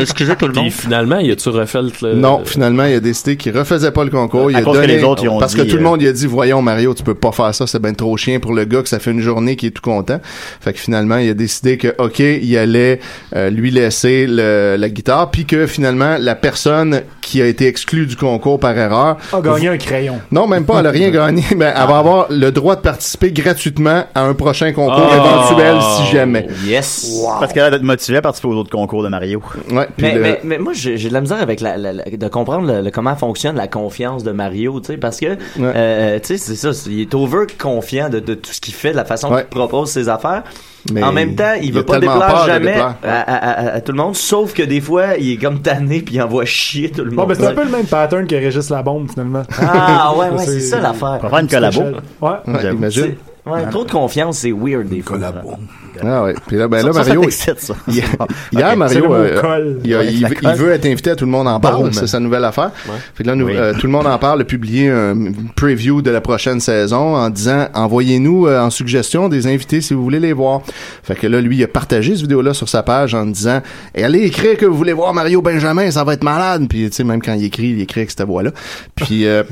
I: Excusez tout le
F: Puis
I: monde.
F: finalement, y a-tu refait le.
E: Non, finalement, il a décidé qu'il refaisait pas le concours. Il
C: Euh, À
E: a
C: cause que
E: donné-
C: les autres, ils ont
E: Parce que
C: dit,
E: tout le
C: euh,
E: monde, il a dit, voyons, Mario, tu peux pas faire ça, c'est ben trop chien pour le gars que ça fait une journée qu'il est tout content. Fait que finalement, il a décidé que, OK, il allait euh, lui laisser le- la guitare, puis que finalement, la personne qui a été exclue du concours par erreur,
G: A gagné un crayon.
E: non, même pas, elle a rien gagné, mais elle va avoir le droit de participer gratuitement à un prochain concours
F: Oh.
E: éventuel si jamais.
D: Yes.
C: Parce qu'elle a d'être motivée à participer aux autres concours de Mario.
E: Ouais, puis
D: Mais,
E: le-
D: mais, mais moi, j'ai j'ai de la misère avec la, la- la- de comprendre le, le- comment fonctionne la confiance de Mario, tu sais, parce que, euh, tu sais, c'est ça, c'est- il est over confiant de, de tout ce qu'il fait, de la façon
E: Ouais.
D: qu'il propose ses affaires.
E: Mais
D: en même temps, il
E: il a
D: veut pas
E: tellement
D: déplaire
E: peur de
D: jamais Ah,
E: déplaire.
D: à, à- à- à tout le monde, sauf que des fois, il est comme tanné puis il envoie chier tout le
G: Bon,
D: monde.
G: ben, c'est un peu le même pattern que Régis la bombe, finalement.
D: Ah ouais, ouais, c'est ça l'affaire.
C: On va faire une collabo.
G: Ouais.
E: Ouais,
C: J'avoue.
E: imagine.
D: C'est- ouais, trop de confiance, c'est weird des fois.
H: Collabo.
E: Ah ouais. Puis là, ben là,
C: Ça, ça
E: Mario,
C: t'excite, ça.
E: Hier, hier,
G: Ok, c'est le
E: Mario,
G: mot
E: euh,
G: colle.
E: il, a-
C: Ouais,
E: il
C: la
E: veut-
C: colle.
E: il veut être invité à Tout le monde en parle,
C: Baume.
E: c'est sa nouvelle affaire. Fait que là, nous,
C: Oui.
E: euh, Tout le monde en parle a publié un preview de la prochaine saison en disant envoyez-nous euh, en suggestion des invités si vous voulez les voir. Fait que là, lui, il a partagé cette vidéo-là sur sa page en disant et allez écrire que vous voulez voir Mario Benjamin, ça va être malade. Puis tu sais, même quand il écrit, il écrit avec cette voix-là. Puis euh,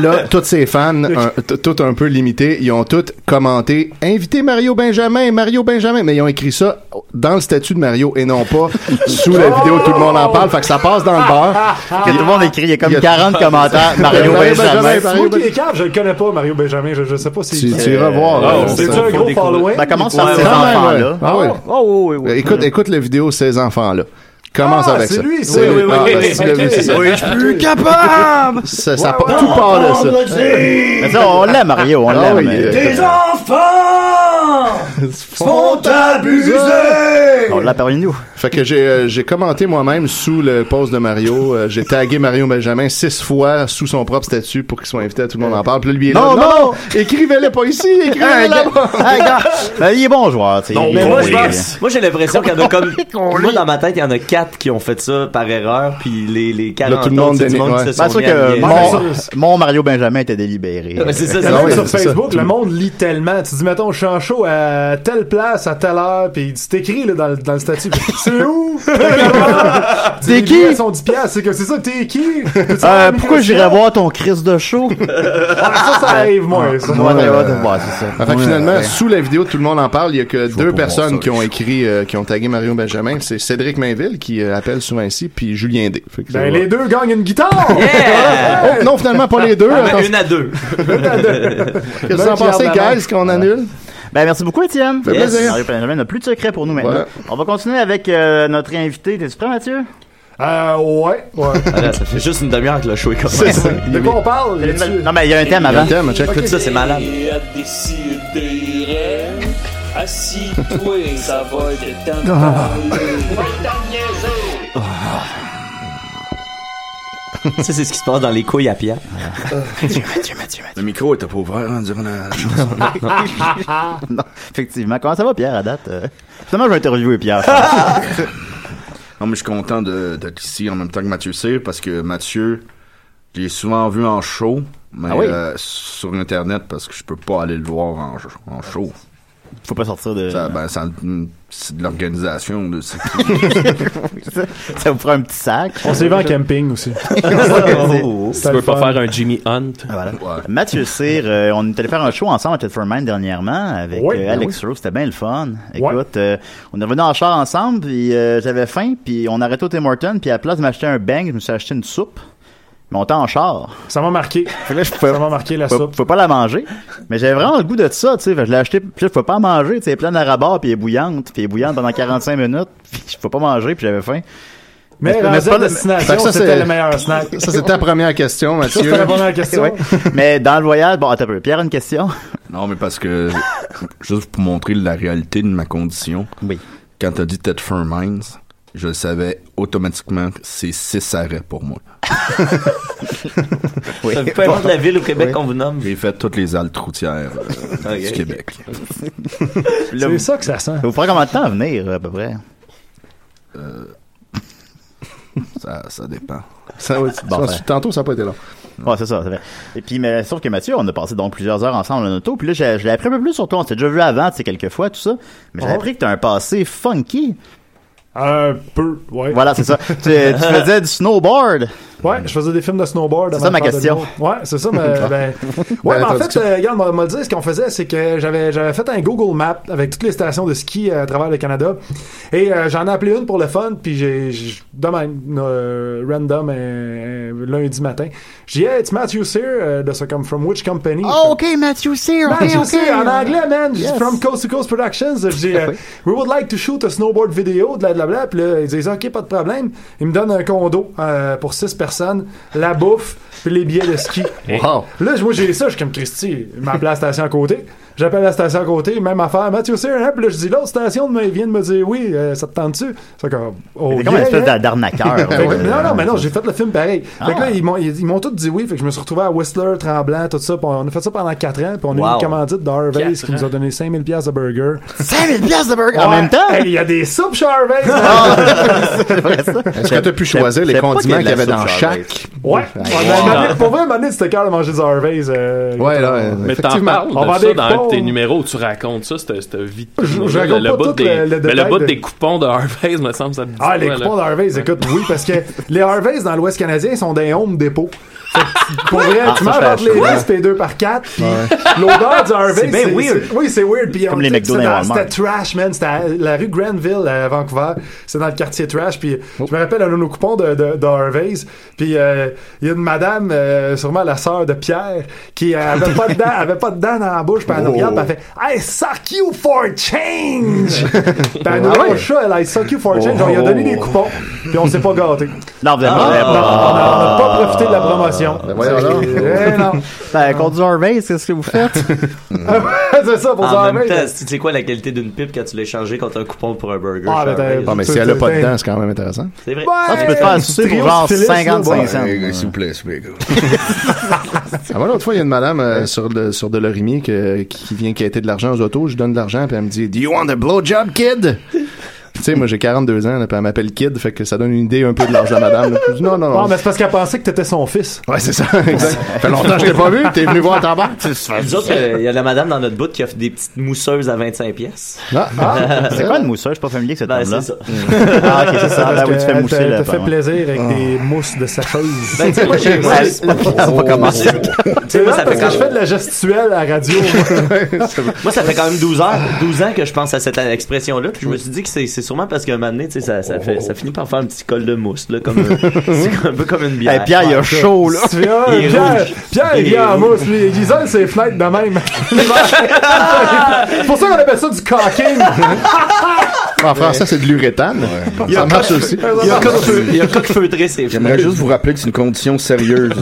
E: là, tous ses fans, un- t- tout un peu limités, ils ont tous commenté invitez Mario Benjamin, Mario Benjamin, mais ils ont écrit ça dans le statut de Mario et non pas sous la vidéo tout le monde en parle. Fait que ça passe dans le bar.
C: Que tout le monde écrit, il y a comme
E: Il y a-
C: 40 commentaires. Mario
E: Mario Benjamin.
C: Benjamin.
G: C'est moi qui les cave, je le connais pas, Mario Benjamin, je, je sais pas si.
E: Tu, tu iras voir.
F: Ah,
E: euh,
F: ouais,
G: C'est-tu
E: ça. Bah,
G: un gros following?
C: Ben, commence par
E: Quand
C: ces
E: même,
C: enfants-là.
E: ouais. Ah ouais. Écoute, écoute la vidéo Ces enfants-là. Commence
G: Ah,
E: avec
G: c'est
E: ça.
G: lui,
E: C'est
G: oui, oui,
E: lui. Ah,
G: oui.
E: ben, si tu l'as vu, c'est ça.
G: Ok.
H: Plus capable!
E: Ça, ça part- tout part de ça.
C: Mais ça, on l'aime, Mario, on
E: Ah
C: l'aime.
E: oui,
C: mais-
E: euh,
C: On l'a parmi nous.
E: Fait que j'ai euh, j'ai commenté moi-même sous le post de Mario. euh, j'ai tagué Mario Benjamin six fois sous son propre statut pour qu'il soit invité à tout le monde en parle. Puis là, lui, il est là,
C: Non, non!
E: Écrivez-le pas ici, écrivez-le
C: Hey, gars,
E: là-bas.
C: hey, gars. Ben, Il est bon joueur, tu sais.
F: Non,
C: Il-
F: mais
D: Moi,
C: il-
D: je pense- moi, j'ai l'impression qu'il y en a comme. Moi, dans ma tête, il y en a quatre qui ont fait ça par erreur, puis les, les 40
E: tout le monde
D: autres, c'est du
E: déni-
D: monde qui
E: ouais.
D: se
C: Ben,
D: sont
C: sûr
D: mis à
C: que
D: niaiser.
C: mon, mon Mario Benjamin était délibéré.
D: Ouais, C'est ça,
G: Quand
D: c'est
E: Ah
G: même
E: oui,
G: sur
E: c'est ça.
G: Facebook, le monde lit tellement. Tu dis, mettons, je suis en show à telle place, à telle heure, pis c'est écrit là, dans, le- dans le statut. C'est où?
C: T'es
G: T'es
C: qui?
G: qui? Ils sont 10 piastres, c'est que c'est ça, t'es qui? T'es-tu
C: Euh,
G: un
C: pourquoi
G: musicien?
C: j'irais voir ton Chris de show?
G: Ça, ça arrive,
E: Ah,
G: moi. ça.
C: Ouais, ouais, ouais, ouais, c'est ça.
E: Fait que
H: Ouais,
E: finalement,
H: ouais.
E: sous la vidéo, tout le monde en parle. Il y a que
H: pas
E: deux
H: voir
E: personnes
H: ça,
E: qui ont écrit, euh, qui ont tagué Mario Benjamin. C'est Cédric Mainville qui euh, appelle souvent ici, puis Julien D. Fait que ça
G: Ben,
E: va.
G: les deux gagnent une guitare!
D: Yeah!
E: Oh, non, finalement, pas les deux.
D: Ah, mais
E: Attends,
D: une à deux.
E: Qu'est-ce que vous en
G: Même
E: pensez,
G: Pierre Dallaire.
E: guys, qu'on annule?
C: Ben, merci beaucoup, Étienne.
E: Fait Yes. plaisir.
C: Mario Benjamin n'a plus de secret pour nous maintenant.
E: Ouais.
C: On va continuer avec euh, notre invité. T'es-tu prêt, Mathieu?
G: Euh, ouais, ouais.
D: Là, ça fait juste une demi-heure que le show est comme
E: C'est ça.
G: De quoi on parle?
C: Il y a une
G: là-dessus?
C: nouvelle- Non, mais il y a un thème
E: Il y a un
C: avant.
E: thème, check.
D: Tout ça, c'est malade.
A: Et à décider, assis-toi, ça va être temps de parler. Va t'en niaiser.
D: Ça, c'est ce qui se passe dans les couilles à Pierre.
H: Le micro était pas ouvert hein, durant la chanson.
C: Non, effectivement. Comment ça va, Pierre, à date? Euh, Finalement, je vais interviewer Pierre.
H: Non, mais je suis content de- d'être ici en même temps que Mathieu Cyr parce que Mathieu, je l'ai souvent vu en show, mais
C: Ah oui?
H: euh, sur Internet parce que je peux pas aller le voir en, en show.
C: Faut pas sortir de...
H: Ça, ben, ça- c'est de l'organisation. là, c'est-
C: Ça vous prend un petit sac.
G: On s'est vu en camping aussi.
F: Tu peux pas faire un Jimmy Hunt.
C: Ah, Voilà.
H: Ouais.
C: Mathieu Cyr, euh, on est allé faire un show ensemble à Tetford Mine dernièrement avec
G: Ouais,
C: euh,
G: ben
C: Alex Rowe. C'était bien le fun.
G: Ouais.
C: Écoute, euh, on est revenu en char ensemble, puis euh, j'avais faim, puis on arrêtait au Tim Hortons, puis à la place de m'acheter un bang, je me suis acheté une soupe. Mais on était en char.
G: Ça m'a marqué. Ça m'a marqué la
C: Faut,
G: soupe.
C: faut pas la manger. Mais j'avais vraiment le goût de ça, tu sais. Fait que Je l'ai acheté, puis là, je peux pas la manger, tu sais. Elle est pleine à rabat, puis elle est bouillante, puis elle est bouillante pendant 45 minutes. Puis je peux pas manger, puis j'avais faim.
G: Mais,
C: mais
G: la
C: c'est pas le-
E: Fait que
G: destination,
E: ça,
G: c'était
E: c'est-
G: le meilleur snack.
E: Ça, c'est ta première question,
G: Ça,
E: Mathieu.
G: c'était la première question.
C: Ouais. Mais dans le voyage, bon, attends un peu. Pierre, une question?
H: Non, mais parce que, juste pour montrer la réalité de ma condition,
C: Oui.
H: quand t'as dit Ted Mines, je le savais automatiquement, que c'est six arrêts pour moi.
C: Oui.
D: Ça, Peu importe la ville au Québec qu'on vous nomme.
H: J'ai fait toutes les haltes routières euh,
D: Ok.
H: du Québec.
C: Là, vous,
G: C'est ça que ça sent.
C: ça vous prend combien de temps à venir, à peu près?
H: Ça, ça dépend.
E: Ça, ouais,
C: Bon,
E: ça,
C: fait.
E: Tantôt, ça n'a pas été là.
C: Ouais, c'est ça. ça fait. Et puis, mais, sauf que Mathieu, on a passé donc plusieurs heures ensemble en auto. Puis là, j'ai- je l'ai appris un peu plus sur toi. On s'était déjà vu avant, tu sais, quelques fois, tout ça. Mais j'ai
G: Oh.
C: appris que t'as un passé funky.
G: Un peu, ouais.
C: Voilà, c'est ça. tu, tu faisais du snowboard.
G: Ouais, je faisais des films de snowboard.
C: C'est
G: avant
C: ça ma
G: de faire de
C: question.
G: l'humour. Ouais, c'est ça. Mais, ben, ouais, mais en fait, euh, regarde, on m'a dit, ce qu'on faisait, c'est que j'avais j'avais fait un Google Map avec toutes les stations de ski euh, à travers le Canada. Et euh, j'en ai appelé une pour le fun, puis j'ai, j'ai- de même, euh, random, euh, lundi matin. J'ai dit, hey, it's Matthew Sear euh, de ce Come From Which Company.
C: Ah, OK, Mathieu, c'est
G: Matthew Sear, en anglais, man. J'ai dit,
C: Yes.
G: From Coast to Coast Productions. J'ai dit, euh,
C: Oui.
G: We would like to shoot a snowboard video, de la Puis là, ils disent, OK, pas de problème. Ils me donnent un condo euh, pour six personnes, la bouffe, puis les billets de ski.
E: Wow.
G: Là, moi, j'ai ça, je suis comme Christy, m'appelle à la station à côté. J'appelle la station à côté, même affaire, Mathieu Sear, hein? Puis là, je dis, l'autre station de me- vient de me dire, oui, euh, ça te tente-tu? C'est comme, oh,
C: T'es comme
G: yeah,
C: une espèce
G: yeah.
C: d'a- d'arnaqueur.
G: Fait que-
C: Ben ouais.
G: non, non, mais non, j'ai fait le film pareil. Fait que
C: Ah.
G: là, ils m'ont, ils, ils m'ont tous dit oui. Fait que je me suis retrouvé à Whistler, Tremblant, tout ça. Puis on a fait ça pendant 4 ans. Puis on a eu
D: Wow.
G: une commandite de Harvey's qui nous a donné 5000$ piastres de burger.
C: 5000 piastres de burger en
G: Ouais.
C: même temps. Ah.
G: Hey, Il y a des soupes chez Harvey's! hein. man.
C: C'est vrai, ça.
E: Est-ce que t'as pu choisir
C: Je
E: les
C: sais pas
E: condiments
C: qu'il
E: qu'il
C: y
E: y
C: a de la
E: avait dans
C: sauce
E: chaque?
G: ouais! Ouais, mais- mais- pour vrai, à un moment donné, c'était cœur de manger des Harvey's. euh,
E: Ouais, là, euh,
F: Mais t'en
E: effectivement.
F: parles
G: On va
F: de ça
G: des
F: dans un de
G: coupons.
F: tes numéros où tu racontes ça, cette, cette vie.
G: Je- je
F: Le-
G: raconte
F: le
G: pas
F: bout
G: tout
F: des-
G: le- le
F: Mais le
G: détail
F: bout
G: de-
F: des coupons de Harvey's, me semble, ça me dit
G: Ah,
F: quoi,
G: les
F: là?
G: coupons d'Harvey's, écoute, oui, parce que les Harvey's dans l'Ouest canadien ils sont des Home Depot. Fait que, Pour vrai,
C: Ah,
G: tu
C: ça,
G: manges
C: je
G: entre
C: fais
G: les
C: ça.
G: restes et 2 par 4 puis l'odeur du Harvey's.
D: C'est bien weird.
G: c'est- Oui, c'est weird. Puis
C: Comme
G: on-
C: les
G: c'était
C: McDo dans les
G: dans-
C: Walmart.
G: C'était trash, man. C'était à la rue Granville à Vancouver. C'était dans le quartier trash. Puis
C: Oh.
G: je me rappelle un de nos coupons de, de, de Harvey's. Puis euh, il y a une madame, euh, sûrement la sœur de Pierre, qui euh, avait pas de dents, avait pas de dents dans la bouche. Puis elle nous regarde, puis
C: Oh.
G: elle fait Hey, suck you for change! Puis elle
C: Ah
G: nous lâche ça, elle a suck you for change. On lui a donné
C: Oh.
G: des coupons, puis on s'est pas gâté.
C: Non, vous avez Ah.
G: Non, on n'a pas profité de la
E: Ah!
G: promotion.
E: Ben voyons donc.
G: Eh non.
C: Ben, contre du Harvey, c'est ce que vous faites.
G: c'est ça pour
D: En
G: ça.
D: même temps, tu sais quoi la qualité d'une pipe quand tu l'as changé contre un coupon pour un burger?
G: Ah,
D: chez
G: ben,
D: Harvey's?
E: Ah, mais si elle a pas de dents, c'est quand même intéressant.
D: C'est vrai.
C: Ah, tu peux te faire sucer pour genre 55 cents.
H: Hey, S'il vous plaît, s'il vous plaît. gars.
E: Ah, moi, l'autre fois, il y a une madame euh, sur, le, sur de l'orimier que- qui, qui vient quêter de l'argent aux autos. Je lui donne de l'argent, puis elle me dit Do you want a blowjob, kid? Puis, tu sais, moi, j'ai 42 ans, là, puis elle m'appelle kid, fait que ça donne une idée un peu de l'argent à madame. là. Puis je dis, non, non, non.
G: Non, Ah, mais c'est parce qu'elle pensait que t'étais son fils.
C: Ah
E: Ouais, c'est ça, exact. Ça fait longtemps que je t'ai pas vu, t'es venu voir ta barbe.
D: Nous autres, euh, il y a la madame dans notre bout qui offre des petites mousseuses à 25 pièces.
E: Ah,
C: C'est quoi une mousseuse? Je suis pas familier avec cette
D: Ben,
C: terme-là.
D: c'est ça.
C: Ah, ok, c'est ça.
G: Parce
C: Ben oui, tu
G: que
C: fais mousser là.
G: elle te fait
C: apparemment.
G: plaisir
E: Ah.
G: avec des mousses de sacheuse.
D: Ben, tu sais, moi, j'ai- moi,
C: Ouais,
D: c'est- moi,
C: On va commencer.
G: C'est là
D: ça
G: parce
D: fait
G: que
D: quand
G: je fais de la gestuelle à la radio.
D: ça fait quand même 12 heures, 12 ans que je pense à cette expression-là. Puis je me suis dit que c'est c'est sûrement parce qu'un moment donné, tu sais, ça, ça, fait, ça finit par faire un petit col de mousse, là, comme euh, c'est un peu comme une bière.
C: Hey, Pierre, il a chaud, là.
G: Tu vois,
D: Il est
G: Pierre,
D: rouge.
G: Pierre, il
D: Il est
G: vient en
D: rouge.
G: mousse. Lui, il isole ses fenêtres de même. C'est pour ça qu'on appelle ça du cocking.
E: en français, c'est de l'uréthane. Ça marche aussi.
D: Il a coque- il a coque feutré ses
H: J'aimerais juste vous rappeler que c'est une condition sérieuse.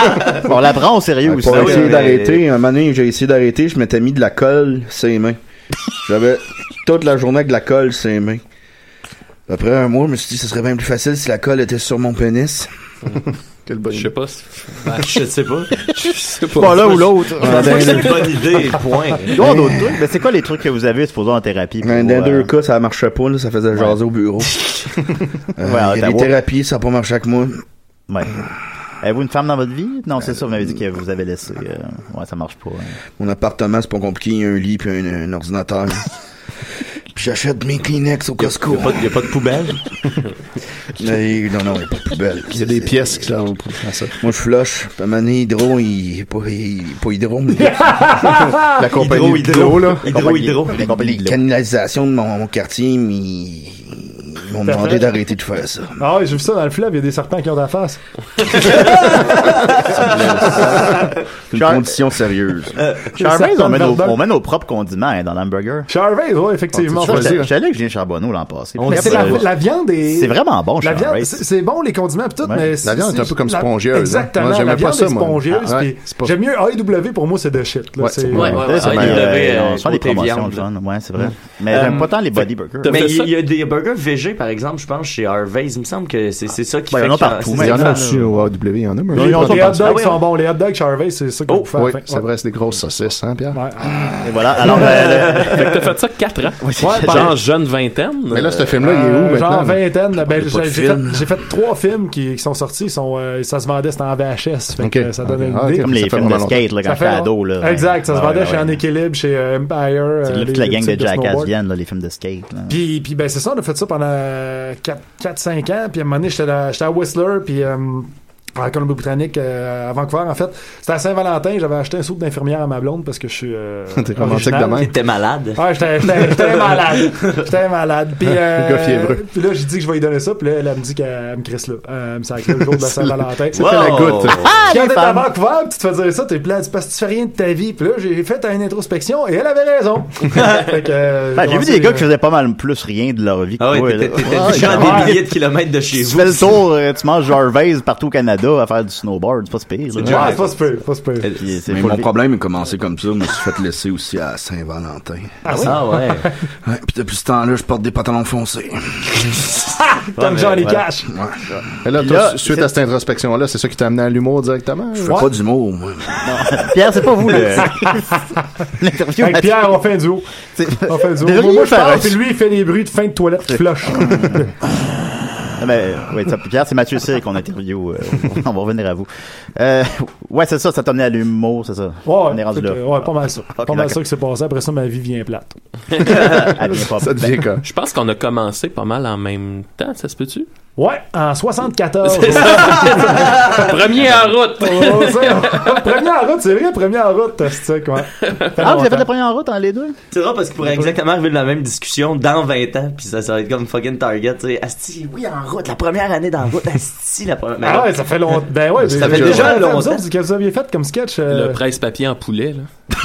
C: On la prend au sérieux aussi.
H: Pour
D: oui,
H: essayer
D: mais-
H: d'arrêter, un moment donné, j'ai essayé d'arrêter, je m'étais mis de la colle ses mains. J'avais toute la journée avec de la colle ses mains. Après un mois, je me suis dit ce serait bien plus facile si la colle était sur mon pénis.
E: Quel bon
F: Je sais pas. si-
D: Je sais pas.
F: Je sais pas.
C: Pas l'un ou l'autre.
D: Je pense que c'est une bonne idée, point.
C: Ils ont d'autres trucs. Mais c'est quoi les trucs que vous avez, supposons, en thérapie? pour,
H: Mais
C: euh,
H: dans deux cas, ça marchait pas, là, ça faisait jaser au bureau. Euh,
C: Ouais, à
H: il y a
C: Ottawa.
H: des thérapies, ça n'a pas marché avec moi.
C: Ouais. Avez-vous une femme dans votre vie? Non, c'est ça, vous m'avez dit que vous avez laissé. euh, Ouais, ça marche pas. hein.
H: Mon appartement, c'est pas compliqué, il y a un lit puis un, un ordinateur. Puis j'achète mes Kleenex au Costco.
D: Il n'y a pas de poubelle.
H: Mais, non, non, il n'y a pas de poubelle.
E: Il y a des pièces qui servent pour faire ça.
H: Moi, je flush. Puis, à un moment donné, Hydro, il est pas, il est pas Hydro, mais
E: La compagnie
D: Hydro,
E: d'eau, là.
D: Hydro, hydro.
C: Les compagnies
H: les
C: de l'eau.
H: canalisations de mon, mon quartier, mais ils ils m'ont demandé d'arrêter de faire ça.
G: Ah, j'ai vu ça dans le fleuve, il y a des serpents qui ont de la face.
H: C'est une
C: Char-
H: condition
D: euh,
H: sérieuse.
C: Chez Harvey's, on, met nos-
G: Verdun.
C: on met nos propres condiments hein, dans l'hamburger.
G: Charvez, ouais, effectivement.
E: Ah, tu choisis.
C: J'allais avec Julien Charbonneau l'an passé.
G: Mais c'est la,
C: Euh,
G: la viande est.
C: C'est vraiment bon,
G: La
C: chez
G: viande,
C: Harvey's.
G: c'est c'est bon les condiments pis tout,
C: Ouais.
G: mais c'est-
E: La viande est un peu comme spongieuse, hein.
G: Exactement,
E: Moi, j'aimais
G: la
E: pas
G: viande
E: ça,
G: est
E: moi.
G: spongieuse.
E: Ah, ouais,
G: pis
E: c'est pas-
G: J'aime mieux AEW pour moi, c'est de shit. Là,
E: Ouais,
G: c'est-
E: c'est-
D: Ouais, ouais,
C: Ouais, c'est
D: ouais,
C: bien,
D: il devrait,
C: euh,
D: euh,
C: on se fait des
D: côté
C: promotions,
D: viande.
C: le fun. Ouais, c'est vrai. Mais j'aime pas tant les body burgers.
F: t'as-
D: Mais
F: fait
D: il
F: ça?
D: il y a des burgers VG, par exemple, je pense, chez Harvey's. Il me semble que c'est c'est ça qui
C: Ben, il y
D: fait
C: en a
D: que ça-
C: partout,
D: c'est
E: Il y en a
D: ça.
E: aussi au AW, il y en a, mais
G: Les,
E: je pense
G: les
E: pas
G: hot
E: tant que ça.
G: dogs
D: Ah oui,
G: sont
D: on-
G: bons. Les hot dogs Charvet, c'est ça qu'on
E: Oh,
G: vous fait à la
E: oui,
G: fin.
E: c'est vrai, c'est des grosses saucisses, hein, Pierre?
G: Ouais. Ah,
C: Et voilà. Alors, euh, le-
F: Fait que t'as fait ça 4 ans.
C: oui, c'est-
G: Ouais,
C: j'ai-
F: Genre jeune vingtaine.
E: Mais là, ce film-là, il est où
G: euh, genre
E: maintenant? là?
G: vingtaine. Ben,
H: de
G: j'ai j'ai fait,
H: film.
G: j'ai fait trois films qui, qui sont sortis. Ils sont, euh, ça se vendait, c'était en VHS. Fait que,
E: Ok.
G: euh, ça donne
E: Ok.
G: une
E: Ah,
G: idée.
E: ok.
C: comme
E: Ça
C: les
E: fait
C: films de
E: longtemps.
C: skate là, quand
G: Ça
C: j'étais
G: fait
C: ado. Là,
G: Exact, ça se
C: Ouais,
G: vendait
C: ouais,
G: chez En
C: ouais.
G: Équilibre, chez euh, Empire.
C: C'est
G: euh,
C: là
G: les-
C: toute la gang
G: les
C: de
G: types
C: Jackass
G: snowboard.
C: viennent, là, les films de skate. là.
G: Puis, puis ben, c'est ça, on a fait ça pendant 4-5 ans. Puis à un moment donné, j'étais là- j'étais à Whistler, puis euh, en Colombie-Britannique, euh, à Vancouver, en fait. C'était à Saint-Valentin, j'avais acheté un soupe d'infirmière à ma blonde parce que je suis. Euh,
E: T'es romantique
G: original.
E: de même.
D: T'étais malade.
G: Ouais, j'étais j'étais- j'étais un malade. J'étais un malade. Puis, euh,
E: Le gars fiévreux.
G: puis là, j'ai dit que je vais lui donner ça. Puis là, elle, elle me dit qu'elle me crisse là. Euh, Elle me sacre le jour de la Saint-Valentin.
E: C'était la goutte.
C: Ah,
G: Quand t'es à Vancouver, pis tu te fais dire ça, t'es plein, tu passes, tu fais rien de ta vie. Puis là, j'ai fait une introspection et elle avait raison. Fait que, euh,
C: Ben, j'ai vu
G: commencé,
C: des gars
G: euh,
C: qui faisaient pas mal plus rien de leur vie que
D: Ah
C: toi,
D: ouais,
C: là.
D: t'étais t'étais
C: Ouais,
D: déjà
C: ouais.
D: à des milliers de kilomètres de chez
C: Tu
D: vous.
C: fais le tour, euh, tu manges Jarvis partout au Canada à faire du snowboard, c'est pas si pire.
G: Ouais,
C: là.
G: c'est pas super, c'est pas super.
C: Puis c'est
H: Mais
C: pas
H: mon
C: le-
H: problème est commencé comme ça. Je me suis fait laisser aussi à Saint-Valentin.
D: Ah ouais.
H: Ouais, puis depuis ce temps-là, je porte des pantalons foncés.
G: Comme Johnny Cash.
E: Et là,
C: Puis
E: toi,
C: là,
E: su- suite
C: c'est-
E: à cette introspection-là, c'est ça qui t'a amené à l'humour directement?
H: Je
E: ou-
H: fais pas d'humour, moi.
C: Pierre, c'est pas vous le- l'interview.
G: Avec Pierre, on fait un duo. On fait un duo.
C: Devriez
G: Moi, moi, je
C: faire un-
G: parle, puis lui, il fait des bruits de fin de toilette qui flush.
C: Ah, mais, oui, ça- Pierre, c'est Mathieu Cyr qu'on interview. euh, on va revenir à vous. Euh, ouais, c'est ça, ça t'amenait à l'humour, c'est ça.
G: Ouais,
C: on est rendu
G: fait
C: là.
G: que, ouais, pas mal ça. pas mal
C: d'accord.
G: ça que c'est passé. Après ça, ma vie vient plate.
C: Ah, bien, pas-
E: Ça devient comme.
F: Je pense qu'on a commencé pas mal en même temps, ça se peut-tu?
G: Ouais, en 74.
F: Premier en route!
G: Oh, ça- premier en route, c'est vrai, premier en route, c'est ça, quoi.
C: Ah, vous avez fait la première en route, hein, les deux?
D: C'est drôle parce qu'il pourrait exactement arriver de la même discussion dans 20 ans, puis ça, ça va être comme fucking Target, tu sais. Asti, oui, en route, la première année dans la route, Asti, la première. Mais
G: Ah
D: non.
G: ouais, ça fait longtemps. Ben ouais,
E: Ça fait
D: déjà
G: longtemps. Vous
D: longtemps.
G: autres, que vous aviez fait comme sketch. euh,
F: Le presse-papier en poulet, là.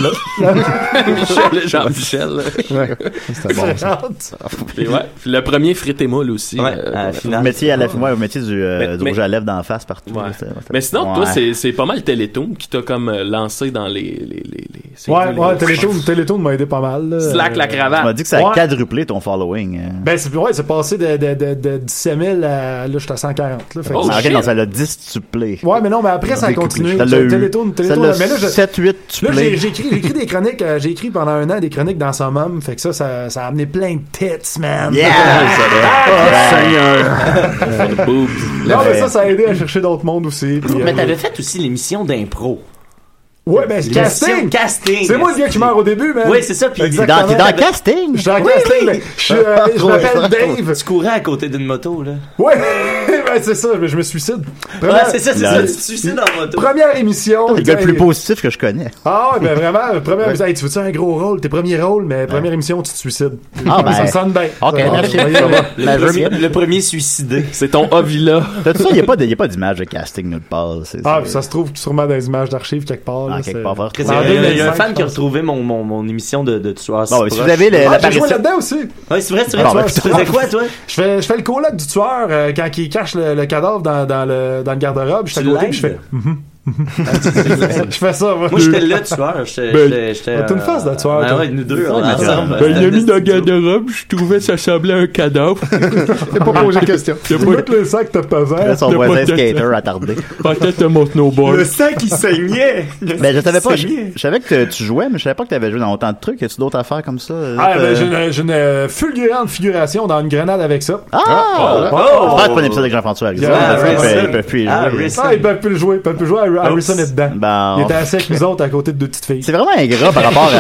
F: Michel, Jean-Michel.
E: Ouais. C'était bon. ça.
F: Puis ouais, puis le premier frites et moules aussi.
D: Ouais,
F: euh,
D: à la
F: qu'on a-
C: Vous
D: finale.
C: mettiez à la ouais, vous mettiez du, euh,
F: Mais-
C: du
F: mais-
C: rouge à lèvres d'en face partout.
F: Ouais.
C: là, c'est- c'est-
F: Mais sinon,
C: Ouais.
F: toi, c'est, c'est pas mal Télétoon qui t'a comme euh, lancé dans les. les, les, les- c'est
G: Ouais,
F: les-
G: ouais,
F: les-
G: Télétoon, Télétoon m'a aidé pas mal. là.
F: Slack la
C: Tu m'as
F: cravate.
C: dit que ça a
G: Ouais.
C: quadruplé ton following. euh.
G: Ben, c'est ouais, c'est passé de, de, de, de 17 000 à. Là, je suis à 140. Là, fait que-
C: Non,
F: Oh, shit.
C: arrête, non, ça l'a distuplé.
G: Ouais, mais non, mais après, ça a
E: Décuplé.
G: continué.
C: Ça l'a eu.
G: Télétoon,
C: Ça
G: Télétoon.
C: l'a
G: Mais là, je-
C: 7-8
G: Là, j'ai
C: tuplé.
G: j'ai écrit, j'ai écrit des chroniques, euh, j'ai écrit pendant un an des chroniques dans son mum, fait que ça, ça, ça a amené plein de tits, man.
C: Yeah! Ah,
G: Non, mais ça, ça a aidé à chercher d'autres mondes aussi. puis, euh,
D: Mais t'avais fait aussi l'émission d'impro.
G: ouais, ben, c'est casting!
D: L'émission Casting!
G: C'est moi le gars qui meurt au début, man.
D: Oui, c'est ça, puis
C: T'es
G: Exactement. Ben,
C: dans, t'es dans le casting?
G: Je suis en casting, là. Je suis, euh, je m'appelle Dave.
D: tu courais à côté d'une moto, là.
G: Ouais, ben, c'est ça, mais je me suicide.
D: Ouais,
G: Première,
D: c'est ça, c'est
C: Là.
D: ça, tu te suicides en moto.
G: première émission.
C: C'est le gars le plus positif que je connais.
G: Ah ouais, ben vraiment, première émission. Hey, tu veux-tu un gros rôle? Tes premiers rôles, mais première émission, tu te suicides.
C: Ah, ben.
G: Ça sonne bien.
C: Ok,
G: Ça-
C: merci.
G: on va y aller.
D: Le premier, le premier suicidé.
F: C'est ton Ovila.
C: T'as-tu ça? Il n'y a pas de- y a pas d'image de casting nulle part. c'est-
G: Ah,
C: c'est-
G: ça se trouve sûrement dans les images d'archives quelque part.
C: Ah,
G: là,
C: quelque
G: c'est-
C: part, va
D: Il y
C: retrouver.
G: Ah,
D: a il y a un
G: 2005,
D: fan qui
G: je
D: a
G: pense.
D: retrouvé mon, mon, mon émission de, de tueur.
C: Bon, si
D: proche.
C: vous avez le-
G: Ah, j'ai joué
C: l'apparition.
G: là-dedans aussi.
D: Ouais, c'est vrai, c'est vrai.
C: Ah,
D: tu,
C: ben,
D: vois, tu
C: putain.
D: faisais quoi, toi?
G: Je fais, je fais le coloc du tueur euh, quand il cache le, le cadavre dans, dans le, dans le garde-robe. Je suis à
D: Tu
G: côté puis je fais.
C: Ah,
G: Mhm.
D: l'aides?
G: je fais ça. moi.
D: Moi, j'étais le tueur. J'étais.
G: Ben,
D: j'étais- j'étais,
G: t'as une
D: euh,
G: face de tueur,
D: Ben
G: toi.
D: ouais, nous deux,
C: Ça,
D: on
C: mais tu-
D: ensemble.
C: Ben,
D: euh,
F: garde-robe, je trouvais ça semblait un cadavre.
E: T'as pas posé question.
G: Tu mets le sac de
C: Là,
G: pesant.
C: son
F: Le
C: voisin
F: podcast.
C: skater attardé.
F: Peut-être mon snowboard.
D: sac, il saignait.
C: Ben, je savais pas. Je, je savais que tu jouais, mais je savais pas que t'avais joué dans autant de trucs. As-tu d'autres affaires comme ça?
G: Ah, ben,
C: Euh,
G: j'ai une, j'ai une euh, fulgurante figuration dans une grenade avec ça.
C: Ah! J'espère
D: Oh!
C: que c'est pas un épisode avec Jean-François, Harrison,
G: Yeah,
C: parce qu'ils
G: Harrison.
C: peuvent- ils peuvent plus y
D: Ah,
C: jouer.
D: Harrison.
G: Ah, ils peuvent plus le jouer. Ils peuvent plus le jouer. Harry- Harrison est dedans.
C: Bon.
G: Il était assis avec nous autres à côté de deux petites filles.
C: C'est vraiment ingrat par rapport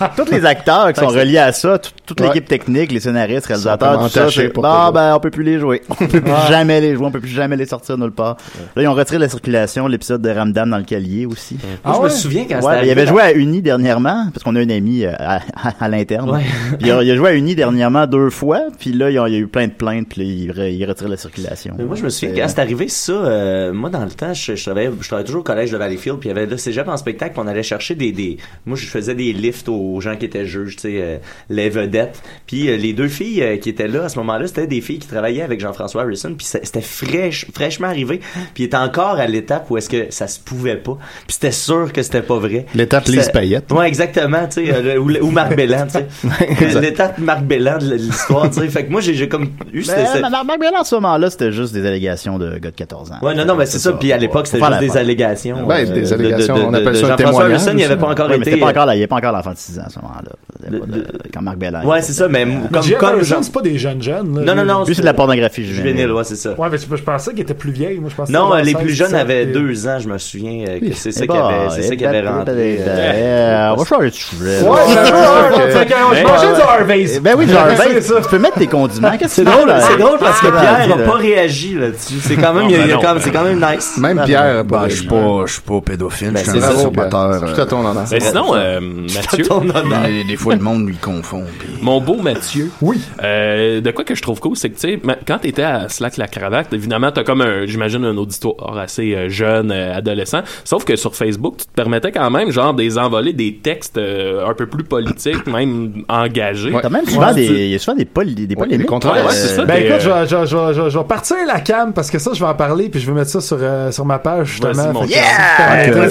C: à tous les acteurs qui sont reliés à ça, tout- toute
E: Ouais.
C: l'équipe technique, les scénaristes, réalisateurs,
E: vraiment
C: tout ça.
E: attachés
C: c'est-
E: pour
C: Bon,
E: toujours.
C: ben, on peut plus les jouer. On peut plus jamais les jouer, on peut plus jamais les sortir nulle part. Là, ils ont retiré de la circulation l'épisode de Ramdam dans le Calier aussi.
G: Ah,
D: je
G: ouais?
D: me souviens quand
C: Ouais, ben,
D: c'était
C: il avait
D: arrivé,
C: joué à Uni dernièrement, parce qu'on a un ami euh, à, à- à l'interne.
D: Ouais.
C: Puis Il, a, il a joué à Uni dernièrement deux fois, puis là, il y a, il y a eu plein de plaintes, puis là, il, re- il retire la circulation.
D: Mais moi, je me souviens,
C: C'est-
D: quand c'est arrivé ça, euh, moi, dans le temps, je, je je travaillais, je travaillais toujours au collège de Valleyfield, puis il y avait le cégep en spectacle, puis on allait chercher des, des. Moi, je faisais des lifts aux gens qui étaient juges, tu sais, euh, les vedettes. Puis euh, les deux filles euh, qui étaient là à ce moment-là, c'était des filles qui travaillaient avec Jean-François Harrison, puis c'est- c'était fraîche, fraîchement arrivé, puis il était encore à l'étape où est-ce que ça se pouvait pas, puis c'était sûr que c'était pas vrai.
E: L'étape
D: Puis
E: Lise
D: c'était-
E: Payette.
D: Ouais, exactement, tu sais, euh, le- ou, ou Marc Bellan, tu sais. Euh, L'étape Marc Bellan de l'histoire, tu sais. Fait que moi, j'ai j'ai comme eu ce-
C: Mais,
D: ce-
C: mais, mais- mais là, Ben, en ce moment-là, c'était juste des allégations de gars de 14 ans.
D: Ouais, non, non, mais c'est ça. Puis à
C: Faut-
D: l'époque, c'était
C: faut
D: juste
C: faire la
D: des
C: part.
D: allégations.
E: Ben,
D: euh,
E: des
D: de- de-
E: allégations,
D: de- de-
E: on
D: de
E: appelle ça un
D: Jean-François
E: témoignage,
D: Harrison, il n'y avait pas encore
C: Ouais, mais
D: été.
C: t'es pas encore là, il n'y a pas encore l'enfant de 6 ans à ce moment-là. C'était pas de- Quand Marc Bellin.
D: euh, Ouais, c'est ça, mais m- comme,
G: Jim
D: comme
G: Morrison,
D: Jean-
G: c'est pas des jeunes jeunes.
D: Non,
G: là.
D: non, non.
C: Lui, c'est de la pornographie
D: Juvénile,
C: juvénile.
D: ouais, c'est ça.
G: Ouais, mais je je pensais qu'il était plus vieil. Moi, je pensais
D: Non,
G: qu'il
D: euh,
G: avait
D: les
G: 16,
D: plus jeunes
G: 17,
D: avaient
G: et-
D: deux ans, je me souviens, euh, que c'est ça
C: Eh
D: qui
C: ben,
D: avait, c'est ça
C: eh
D: qui avait
C: ben,
D: rentré.
C: ben,
D: euh,
C: ben, On va changer de sujet.
G: Ouais,
C: là.
G: j'avais
E: Ok.
G: un. Fait que Je mangeais du
D: Eh
G: Harvey's.
C: Ben oui,
G: C'est
C: Jarvis,
G: ça.
C: tu peux mettre tes condiments. Qu'est-ce que
D: C'est
C: tu
D: drôle,
C: fais, là?
D: c'est drôle parce que
C: Ah,
D: Pierre n'a
C: là.
D: pas réagi là-dessus. C'est quand même, il y
C: ben
D: a- il y a quand même- c'est quand même nice.
E: Même Pierre,
H: Ben,
E: bah,
H: je suis pas, je suis pas pédophile, je suis
D: Ben, c'est
H: un
D: ça,
E: bravo, Pierre.
H: amateur.
E: Tout à ton honneur.
F: Mais sinon, euh, Mathieu,
D: Ton honneur.
H: Des, des fois, le monde lui confond. puis-
F: mon beau Mathieu. Oui. Euh, de quoi que je trouve cool, c'est que, tu sais, ma- quand t'étais à Slack la cravate, évidemment, t'as comme un, j'imagine, un auditoire assez euh, jeune, euh, adolescent. Sauf que sur Facebook, tu te permettais quand même, genre, des envolées, des textes euh, un peu plus politiques, même engagés.
E: Ouais.
C: T'as même souvent
G: Ouais,
C: des,
G: tu-
C: il y a souvent des, poli- des
E: Ouais,
C: polémiques.
E: des controverses.
F: Ouais, c'est ça.
G: Ben
F: T'es,
G: écoute, je
F: euh,
G: vais, je, vais- je vais- je vais- je vais partir la cam parce que ça, je vais en parler puis je vais mettre ça sur, euh, sur ma page
F: Vas-y,
G: justement.
F: mon
G: Fait que-
H: Fait que-
G: Ouais,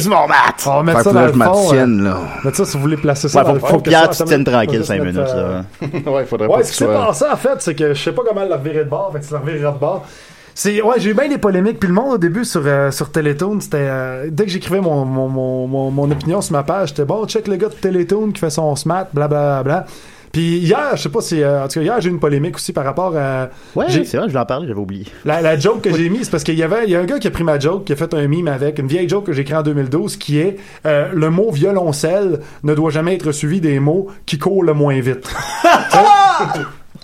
G: On va mettre
H: Fait
G: ça
H: que
G: dans
H: là,
G: le
H: je m'en
G: fond. euh,
H: tienne, là.
G: Mettre ça si vous voulez placer ça
C: Ouais,
G: dans
C: faut,
G: le
C: faut
G: fond.
C: que Pierre, tu te tiennes
G: tiennes
C: tranquille 5 minutes,
G: euh,
C: là.
E: Ouais, faudrait pas
G: Ouais,
E: que
G: ce qui
E: tu
G: s'est
E: sois-
G: passé, en fait, c'est que je sais pas comment la revirer de bord, fait que tu la revireras de bord. C'est, ouais, j'ai eu bien des polémiques, puis le monde au début sur, euh, sur Télétoon, c'était. euh, dès que j'écrivais mon, mon, mon, mon, mon opinion sur ma page, c'était bon, check le gars de Télétoon qui fait son smat, blablabla. Bla, bla. Puis hier, je sais pas si. euh, en tout cas, hier, j'ai eu une polémique aussi par rapport à.
C: Ouais,
G: j'ai-
C: c'est vrai, je voulais en parler, j'avais oublié.
G: la, la joke que j'ai mise, c'est parce qu'il y avait il y a un gars qui a pris ma joke, qui a fait un mime avec, une vieille joke que j'ai créée en 2012, qui est euh, le mot violoncelle ne doit jamais être suivi des mots qui courent le moins vite.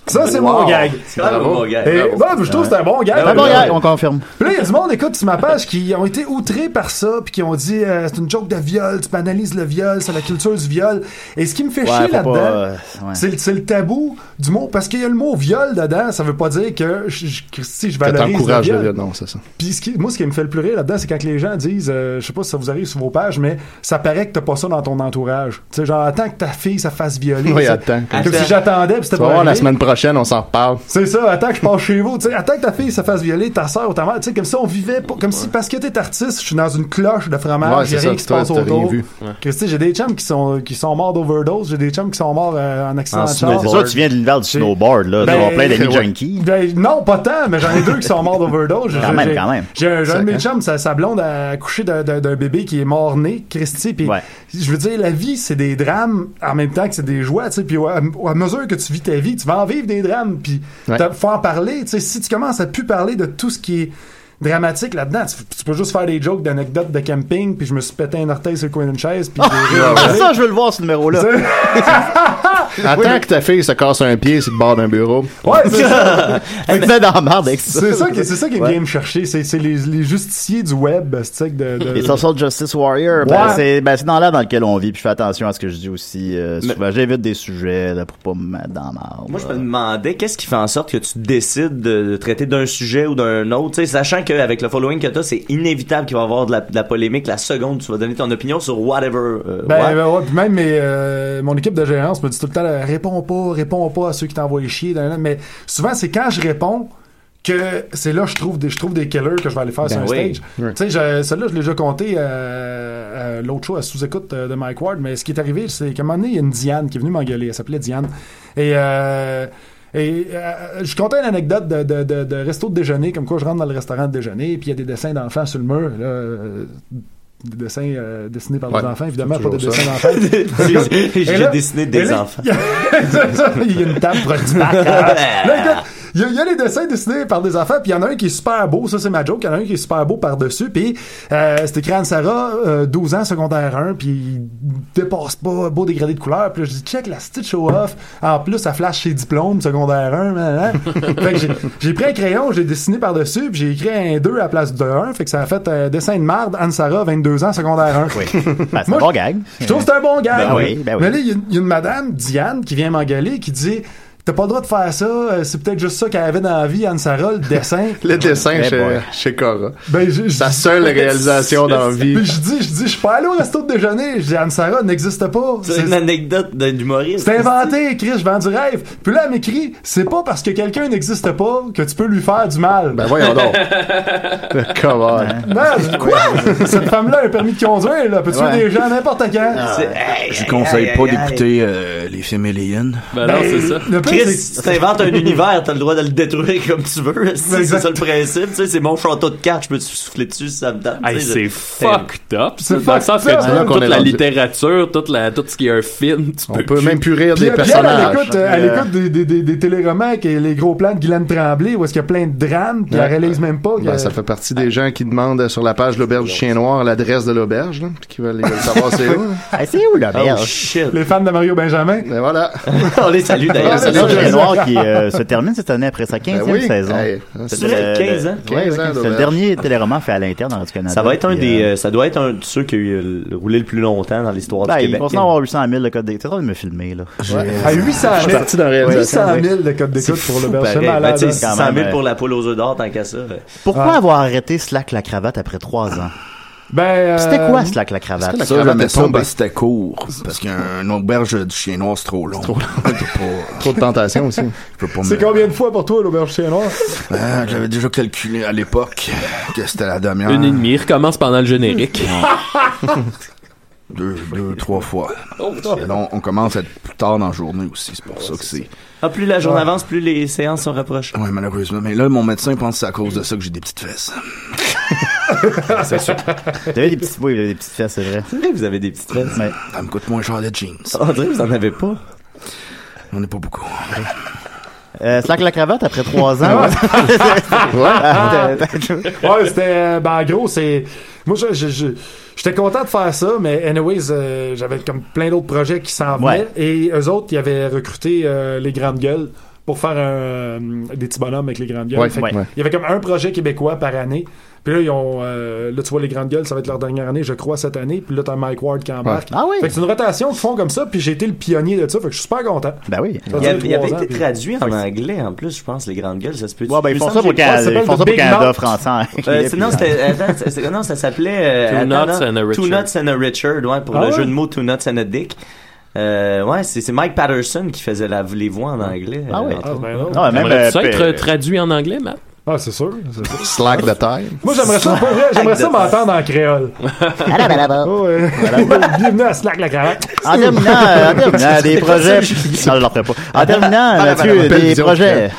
G: Ça, c'est mon gag.
D: C'est quand même un bon gag.
G: Et, bah, je trouve que c'est un bon gag.
C: Ah, bon,
G: Puis là,
C: gars, on confirme.
G: puis là, il y a du monde, écoute, sur ma page, qui ont été outrés par ça, puis qui ont dit euh, c'est une joke de viol, tu banalises le viol, c'est la culture du viol. Et ce qui me fait
C: Ouais,
G: chier
C: faut
G: là-dedans,
C: pas, euh, ouais.
G: c'est le- c'est le tabou du mot, parce qu'il y a le mot viol dedans, ça veut pas dire que je, je, que si je
E: Que
G: valorise le
E: t'encourages
G: viol.
E: le gars. Non, c'est ça.
G: Puis ce qui- moi, ce qui me fait le plus rire là-dedans, c'est quand les gens disent, euh, je sais pas si ça vous arrive sur vos pages, mais ça paraît que t'as pas ça dans ton entourage. Tu sais, genre, attends que ta fille, ça fasse violer.
E: Oui,
G: C'est-
E: attends.
G: Comme si j'attendais, puis c'était
E: Tu
G: pas
E: vas voir, la
G: arrivé.
E: semaine prochaine, on s'en reparle.
G: C'est ça, attends que je passe chez vous. tu sais, attends que ta fille se fasse violer, ta soeur ou ta mère. Tu sais, comme si on vivait, pas- comme si parce que t'es artiste, je suis dans une cloche de
E: Ouais,
G: fromage,
E: c'est
G: j'ai
E: ça,
G: rien qui se
E: toi,
G: passe
E: t'as rien
G: autour.
E: vu.
G: Que, tu sais, j'ai des chums qui sont, qui sont morts d'overdose, j'ai des chums qui sont morts euh, en
E: Ah,
G: accident
D: En
G: de char.
C: C'est sûr, tu viens de l'univers du snowboard, là. Tu
G: Ben,
C: vas avoir plein d'amis
E: ouais.
C: junkies.
G: Ben, non, pas tant, mais j'en ai deux qui sont morts d'overdose. J'ai-
C: Quand même,
G: j'ai-
C: quand même.
G: J'ai un j'ai un de mes
E: Sac,
G: chums, sa, sa blonde a accouché d'un- d'un d'un bébé qui est mort-né, Christy. Puis
C: Ouais.
G: je veux dire, la vie, c'est des drames en même temps que c'est des joies. tu sais, Puis à, à mesure que tu vis ta vie, tu vas en vivre des drames. Puis
E: Ouais.
G: t'as- faut en parler. tu sais, Si tu commences à plus parler de tout ce qui est dramatique là-dedans, tu, tu peux juste faire des jokes d'anecdotes de camping. Puis je me suis pété un orteil sur le coin d'une chaise. Puis j'ai ri.
C: Ah, ça, je veux le voir, ce numéro-là.
E: Attends que ta fille se casse un pied sur le bord d'un bureau.
G: Ouais, c'est ça.
C: Elle était dans la merde avec ça.
G: C'est ça qui, c'est ça qui
C: Ouais.
G: vient me chercher. C'est, c'est les, les justiciers du web, c'est de, de-
C: Les Social Justice Warrior, ben,
G: Ouais.
C: c'est ben, c'est dans l'air dans lequel on vit, puis je fais attention à ce que je dis aussi. euh, souvent, j'évite des sujets là, pour pas me mettre dans la merde.
D: Moi, je me demandais qu'est-ce qui fait en sorte que tu décides de traiter d'un sujet ou d'un autre, tu sais, sachant qu'avec le following que t'as, c'est inévitable qu'il va y avoir de la, de la polémique la seconde tu vas donner ton opinion sur whatever. euh,
G: Ben,
D: what.
G: ben ouais, puis même mes, euh, mon équipe de gérance me dit tout le temps euh, réponds pas, réponds pas à ceux qui t'envoient chier. nan, nan. Mais souvent, c'est quand je réponds que c'est là que je trouve des je trouve des killers que je vais aller faire sur un
D: oui.
G: stage. Tu sais, je- celui-là, je l'ai déjà compté euh, euh, l'autre show à sous-écoute euh, de Mike Ward, mais ce qui est arrivé, c'est qu'à un moment donné, il y a une Diane qui est venue m'engueuler. Elle s'appelait Diane. Et. euh, et euh, je comptais une anecdote de, de, de, de resto de déjeuner, comme quoi je rentre dans le restaurant de déjeuner, puis il y a des dessins d'enfants sur le mur, là, euh, des dessins euh, dessinés par
E: Ouais,
G: des enfants, évidemment, pas
E: toujours
G: de
E: ça.
G: dessins d'enfants. Et
D: J'ai
G: là-
D: dessiné
G: et
D: des
G: là,
D: enfants.
G: C'est ça, il y a une table proche du bac. Là, écoute, il y, a- il y a les dessins dessinés par des enfants, puis il y en a un qui est super beau, ça c'est ma joke, il y en a un qui est super beau par-dessus, puis euh, c'est écrit Anne-Sara, euh, 12 ans, secondaire 1, puis il dépasse pas, beau dégradé de couleur, puis là je dis check la stitch show-off, en plus ça flash ses diplômes, secondaire 1, nan, nan. Fait que j'ai- j'ai pris un crayon, j'ai dessiné par-dessus, puis j'ai écrit un 2 à la place de 1, fait que ça a fait euh, dessin de marde, Anne-Sara, 22 ans, secondaire 1.
C: Ben, c'est un
G: Moi,
C: bon gag.
G: Je trouve que c'est un bon gars.
C: Ben oui, ben oui.
G: Mais là, il y, a une- il y a une madame, Diane, qui vient m'engueuler, qui dit t'as pas le droit de faire ça, euh, c'est peut-être juste ça qu'elle avait dans la vie, Anne Sarah, le dessin.
E: Le dessin
C: Eh
E: chez,
C: boy.
E: chez Cora.
G: ben, je- je-
E: Sa seule réalisation dans la vie.
G: Puis je dis, je dis, je suis pas allé au resto de déjeuner. Je dis, Anne-Sara n'existe pas.
D: C'est une
G: C'est
D: anecdote d'un humoriste.
G: c'est inventé, Chris, je vends du rêve. Puis là, elle m'écrit, c'est pas parce que quelqu'un n'existe pas que tu peux lui faire du mal.
E: Ben voyons donc. Comment?
G: non, je dis, quoi? Cette femme-là a un permis de conduire, là. Peut tuer
C: Ouais.
G: des gens n'importe quand.
D: C'est- hey,
H: Je
D: hey,
H: conseille
D: hey,
H: pas
D: hey, hey.
H: d'écouter euh, les films Alien.
F: Ben non, c'est ça.
G: Le pire,
D: Chris,
G: c'est-
D: si t'inventes un univers, t'as le droit de le détruire comme tu veux. C'est
G: Exact.
D: c'est ça le principe. Tu sais, c'est mon château de cartes, je peux te souffler dessus si ça me tente.
F: Hey,
D: tu sais,
F: c'est
D: je-
F: fucked up. ça,
G: C'est
F: Dans le sens
G: fucked
F: que
G: up.
F: tu-
E: C'est là qu'on
F: toute
E: est
F: la
E: rendu.
F: littérature, toute la, tout ce qui est un film, tu
E: On
F: peux
E: peut
F: plus-
E: même plus rire
G: Puis
E: des
G: elle- puis elle, elle
E: personnages.
G: écoute, euh, elle écoute des, des, des, des téléromans qui les gros plans de Guylaine Tremblay où est-ce qu'il y a plein de drames puis
E: Ouais.
G: elle réalise même pas que-
E: Ben, ça fait partie des gens qui demandent euh, sur la page de l'auberge du chien noir l'adresse de l'auberge, là, puis qui veulent, ils veulent savoir c'est où. hein.
C: Ah, c'est où la
D: Oh
C: merde?
D: shit. Ah,
G: les fans de Mario Benjamin
E: Ben voilà.
D: On les salue d'ailleurs.
C: C'est
E: c'est
C: le
E: ça.
C: Chien Noir qui euh, se termine cette année après sa 15e
E: Ben oui.
C: saison.
E: Hey,
D: C'est vrai,
C: le-
D: 15 ans?
C: le- ouais,
E: 15 ans, ben.
C: c'est le
E: d'auberge.
C: dernier téléroman fait à l'interne dans le Canada.
D: Ça va être un
C: Puis,
D: des,
C: euh,
D: euh, ça doit être un de ceux qui a eu, euh, roulé le plus longtemps dans l'histoire
C: Ben,
D: du
C: il
D: Québec. hein.
C: pense en avoir 800 000 le code des. T'es en train de me filmer, là.
G: à 800
E: Je suis
G: 000
E: parti dans la
G: 800
E: réalisation.
G: 000 de code d'écoute pour le
D: Pareil,
G: Berger
D: ben,
G: malade
D: tu sais,
G: hein.
C: quand
D: 100
C: même,
D: 000
C: euh,
D: pour la poule aux œufs d'or, tant qu'à ça. euh.
C: Pourquoi
G: Ah.
C: avoir arrêté Slack la cravate après 3 ans?
G: ben euh,
C: C'était quoi Slack la cravate?
E: La
H: Ça,
E: cravate
H: j'aimais
E: est
H: ça
E: tombée.
H: parce que ben, c'était court. Parce qu'un auberge du chien noir, c'est trop long. Trop long. Je peux pas,
E: Trop de tentations aussi.
H: je peux pas
G: c'est
H: me-
G: combien de fois pour toi l'auberge chien noir
H: Ah, J'avais déjà calculé à l'époque que c'était la demi-heure.
F: Une et demie, il recommence pendant le générique.
H: Deux, deux, trois fois. Et là, on- on commence à être plus tard dans la journée aussi. C'est pour ça que c'est...
D: Ah, plus la journée avance, plus les séances sont rapprochées.
H: Ouais, malheureusement. Mais là, mon médecin pense que c'est à cause de ça que j'ai des petites fesses.
C: T'avais des petites, oui, il avait des petites fesses, c'est vrai.
D: C'est vrai, vous avez des petites traits.
C: Ouais.
H: Ça me coûte moins cher les jeans.
G: Ah.
D: On dirait que vous en avez pas.
H: On n'est pas beaucoup.
G: Ah,
C: Euh, slack la cravate après 3 ans. Ah. ouais.
G: ouais c'était euh, ben en gros c'est moi je- je- je- j'étais content de faire ça mais anyways euh, j'avais comme plein d'autres projets qui s'en venaient
C: Ouais.
G: et eux autres ils avaient recruté euh, les grandes gueules pour faire un, euh, des petits bonhommes avec les grandes gueules
E: Ouais,
G: Fait que
E: ouais.
G: Il y avait comme un projet québécois par année. Puis là, ils ont, euh, là, tu vois, les grandes gueules, ça va être leur dernière année, je crois, cette année. Puis là, t'as Mike Ward qui embarque.
C: Ah oui.
G: Fait que c'est une rotation qu'ils font comme ça. Puis j'ai été le pionnier de ça. Fait que je suis super content.
C: Ben oui.
G: Ça va
D: Il y
G: durer
D: avait, il avait
G: trois ans,
D: été
G: puis-
D: traduit en anglais, en plus, je pense, les grandes gueules, ça se peut.
C: Ouais, ben, ils
D: Il
C: font
D: me
C: ça
D: semble
C: pour
D: que j'ai-
G: ça
C: Canada,
G: s'appelle
C: ils font ça
G: The
C: pour
G: Big
C: Canada
G: Mouth.
C: français.
D: Euh, c'est- non, c'était- attends, c'est- c'est- non, ça s'appelait. euh,
F: Two
D: attends,
F: Nuts
D: non,
F: and a
D: Two
F: Richard.
D: Nuts and a Richard, ouais, pour le
G: Ah ouais?
D: jeu de mots Two Nuts and a Dick. Euh, ouais, c'est c'est Mike Patterson qui faisait la, les voix en anglais.
C: Ah
D: euh,
C: ouais.
D: entre
G: Ah,
D: autres.
G: ben non.
C: Non, mais même.
F: Aimerais-tu ça
C: euh,
F: être
C: euh,
F: euh, traduit en anglais, Matt?
G: Ah, c'est sûr. c'est sûr.
E: Slack de taille.
G: Moi, j'aimerais ça, pour vrai, j'aimerais ça m'entendre en créole. Oh, ouais. Bienvenue à Slack la cravate.
C: En terminant, euh, en terminant des projets. Non, je leur ferai pas. En terminant, Mathieu, des
E: Télévision,
C: projets.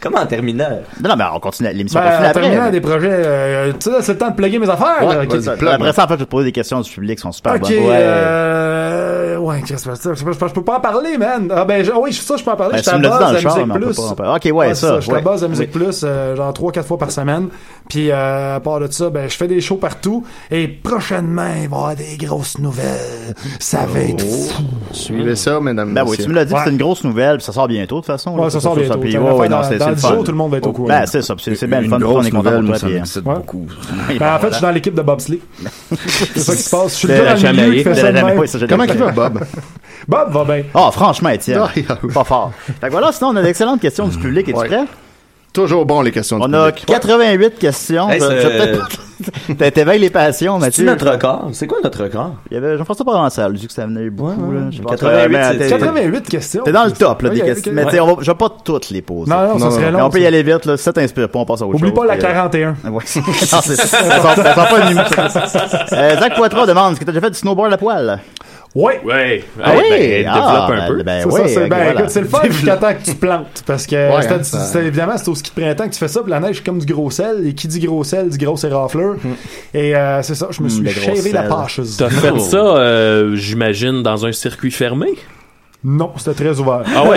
D: Comme en terminal.
C: Non, non, mais on continue. L'émission
G: Ben,
C: continue
G: en terminant
C: après.
G: des projets, euh, tu sais, là, c'est le temps de plugger mes affaires. là, ok.
E: vas-y.
C: Après ça, en fait, je vais te poser des questions du public, qui sont super
G: Ok,
C: bonnes. Ouais.
G: euh, ouais, Chris, je, je, je- je peux pas en parler, man. Ah ben, je- oui, ça, je peux en parler.
C: Ben,
G: je
C: tu me l'as dit
G: t'abase
C: dans le
G: à
C: char,
G: Musique
C: mais on peut
G: Plus.
C: pas en parler. Ok, ouais,
G: c'est
C: ça,
G: Je
C: ouais.
G: t'abase à Musique Plus, euh, genre 3-4 fois par semaine. Puis, euh, à part de ça, ben, je fais des shows partout. Et prochainement, il va y avoir des grosses nouvelles. Ça va être
C: Oh.
G: fou.
E: Suivez ça, mesdames
C: Ben oui, tu
E: messieurs.
C: me l'as dit,
G: Ouais.
C: c'est une grosse nouvelle, puis ça sort bientôt de toute façon. là,
G: Ouais, ça sort bientôt.
C: puis
G: T'as
C: ouais,
G: l'affaire
C: ouais, non,
G: dans-
C: c'est
G: dans
C: c'est
G: le
C: le fun.
G: jour, tout le monde va être au courant.
C: Ben c'est ça, puis c'est c'est bien le
H: Une
C: fun, puis on
H: grosse
C: est content
H: nouvelle,
C: pour
H: moi,
C: toi.
H: ça
C: puis, euh,
H: m'excite
G: Ouais.
H: beaucoup.
G: Ben, en fait, je suis dans l'équipe de bobsleigh. c'est ça qui se passe. Je suis le
C: De
G: gars
C: la
G: dans le milieu qui
C: Jamaïque,
G: fait
C: de
G: ça
C: la
G: de même.
C: Jamaïque, ouais, ça, j'ai
E: Comment
C: l'air.
E: il va, Bob?
G: Bob va bien.
C: Ah, franchement, Étienne,
E: Ah, yeah.
C: pas fort. Fait que voilà, sinon, on a d'excellentes questions du public, es-tu
E: Ouais.
C: prêt?
E: Toujours bon, les questions
C: On
E: du
C: a
E: public.
C: 88 questions.
D: Hey,
C: Ça-
D: c'est-
C: ça peut-être- T'é- T'éveilles les passions,
D: C'est
C: Mathieu.
D: notre record. C'est quoi notre record?
C: Il y avait Jean-François Provençal, vu que ça venait beaucoup.
D: Ouais, ouais.
C: là, je sais pas.
D: 88,
C: Euh, mais
D: c'est-
C: t'es-
G: 88 questions.
C: T'es dans le top, là, des
G: Ok, ok.
C: questions. Mais
G: Ouais.
C: t'sais, on va- je vais pas toutes les poser.
G: Non, non, ça
E: Non,
G: serait
C: Mais
G: long.
C: on peut y
G: ça.
C: aller vite, là. Si ça t'inspire pas, on passe à autre
G: Oublie
C: chose.
G: pas la
C: puis, euh,
G: 41.
C: Ouais. non, c'est, ça, sent, ça sent pas une nuit. Euh, Zach Poitras demande, est-ce que t'as déjà fait du snowboard à poil?
G: Ouais.
F: Ouais.
C: Ah oui!
F: Ben,
C: Ah,
F: développe un
C: ben,
F: peu.
C: Ben,
G: C'est
C: oui,
G: ça, c'est
C: ok,
G: ben,
C: voilà.
G: écoute, c'est le fun jusqu'à temps que tu plantes. Parce que
E: Ouais,
G: c'était-
E: hein, ça-
G: c'était- évidemment, c'est au ski de printemps que tu fais ça. Puis la neige, c'est comme du gros sel. Et qui dit gros sel, dit gros érafleur. Et euh, c'est ça, je me suis
C: Mm. le gros
G: shavé la
C: sel.
G: pâcheuse.
F: T'as fait ça, euh, j'imagine, dans un circuit fermé?
G: Non, c'était très ouvert.
F: Ah ouais?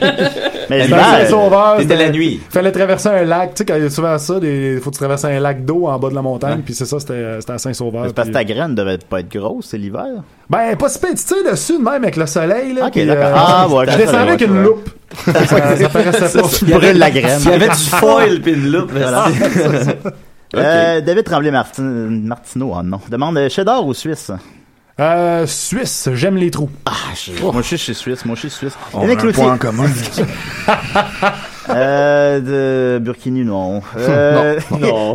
C: Mais
G: C'était très
C: l'hiver,
G: ouvert.
D: C'était la nuit.
G: Fallait traverser un lac, tu sais, quand il y a souvent ça, il faut que tu traverses un lac d'eau en bas de la montagne, puis c'est ça, c'était c'était à Saint-Sauveur.
C: c'est parce que
G: puis-
C: ta graine devait pas être grosse, c'est l'hiver.
G: Ben, pas si pire, tu tires dessus de même avec le soleil, là.
C: Ok,
G: puis,
C: d'accord.
G: euh,
C: Ah, ouais,
G: je
C: je
G: descendais
C: savais,
G: avec
C: ouais,
G: une
C: ouais.
G: loupe. ça, ça paraissait pas.
C: Tu brûles la graine.
D: Il y avait du foil pis une loupe. merci.
C: oh Euh, David Tremblay Martin, Martineau, ah non, demande euh, cheddar ou suisse?
G: Euh, Suisse, j'aime les trous.
C: Moi, je suis chez Suisse. Moi, je suis Suisse.
H: On a
C: Yannick
H: un
C: Cloutier.
H: point en commun.
C: Euh, de Burkini, non. Euh,
D: Non.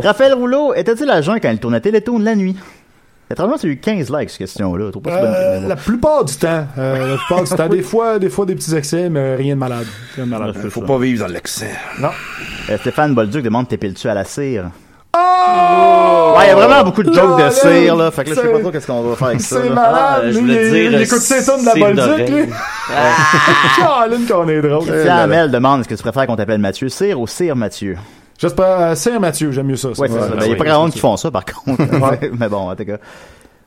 C: Raphaël Rouleau était-il à jeun quand il tournait Télétoon la nuit? Étrangement, tu as eu 15 likes, cette question-là. Je trouve pas ça bonne,
G: Euh,
C: mais bon.
G: la plupart du temps. euh, la plupart du temps. Des fois, des fois des petits excès, mais rien de malade. Rien de
D: Ah,
G: malade.
H: Faut pas vivre dans l'excès.
G: Non.
C: Euh, Stéphane Bolduc demande t'es tu à la cire.
G: Oh!
C: Ouais, il y a vraiment beaucoup de jokes de
G: là,
C: cire, là. Fait que là, je sais pas
G: c'est-
C: trop qu'est-ce qu'on va faire avec ça.
G: C'est
C: là.
D: Ah,
G: malade,
D: je
G: lui,
D: voulais
G: il,
D: dire, Ah.
G: il écoute ses tonnes de la
D: cire
G: Bolduc,
D: d'oreille.
G: lui. Caroline, qu'on est drôle.
C: Christian Hamel demande est-ce que tu préfères qu'on t'appelle Mathieu Cire ou Cire Mathieu?
G: J'espère, euh, Cire Mathieu, j'aime mieux ça. ça.
C: Ouais, c'est ça. Ben, Il n'y a pas grand monde qui font ça, par contre. Mais bon, en tout cas.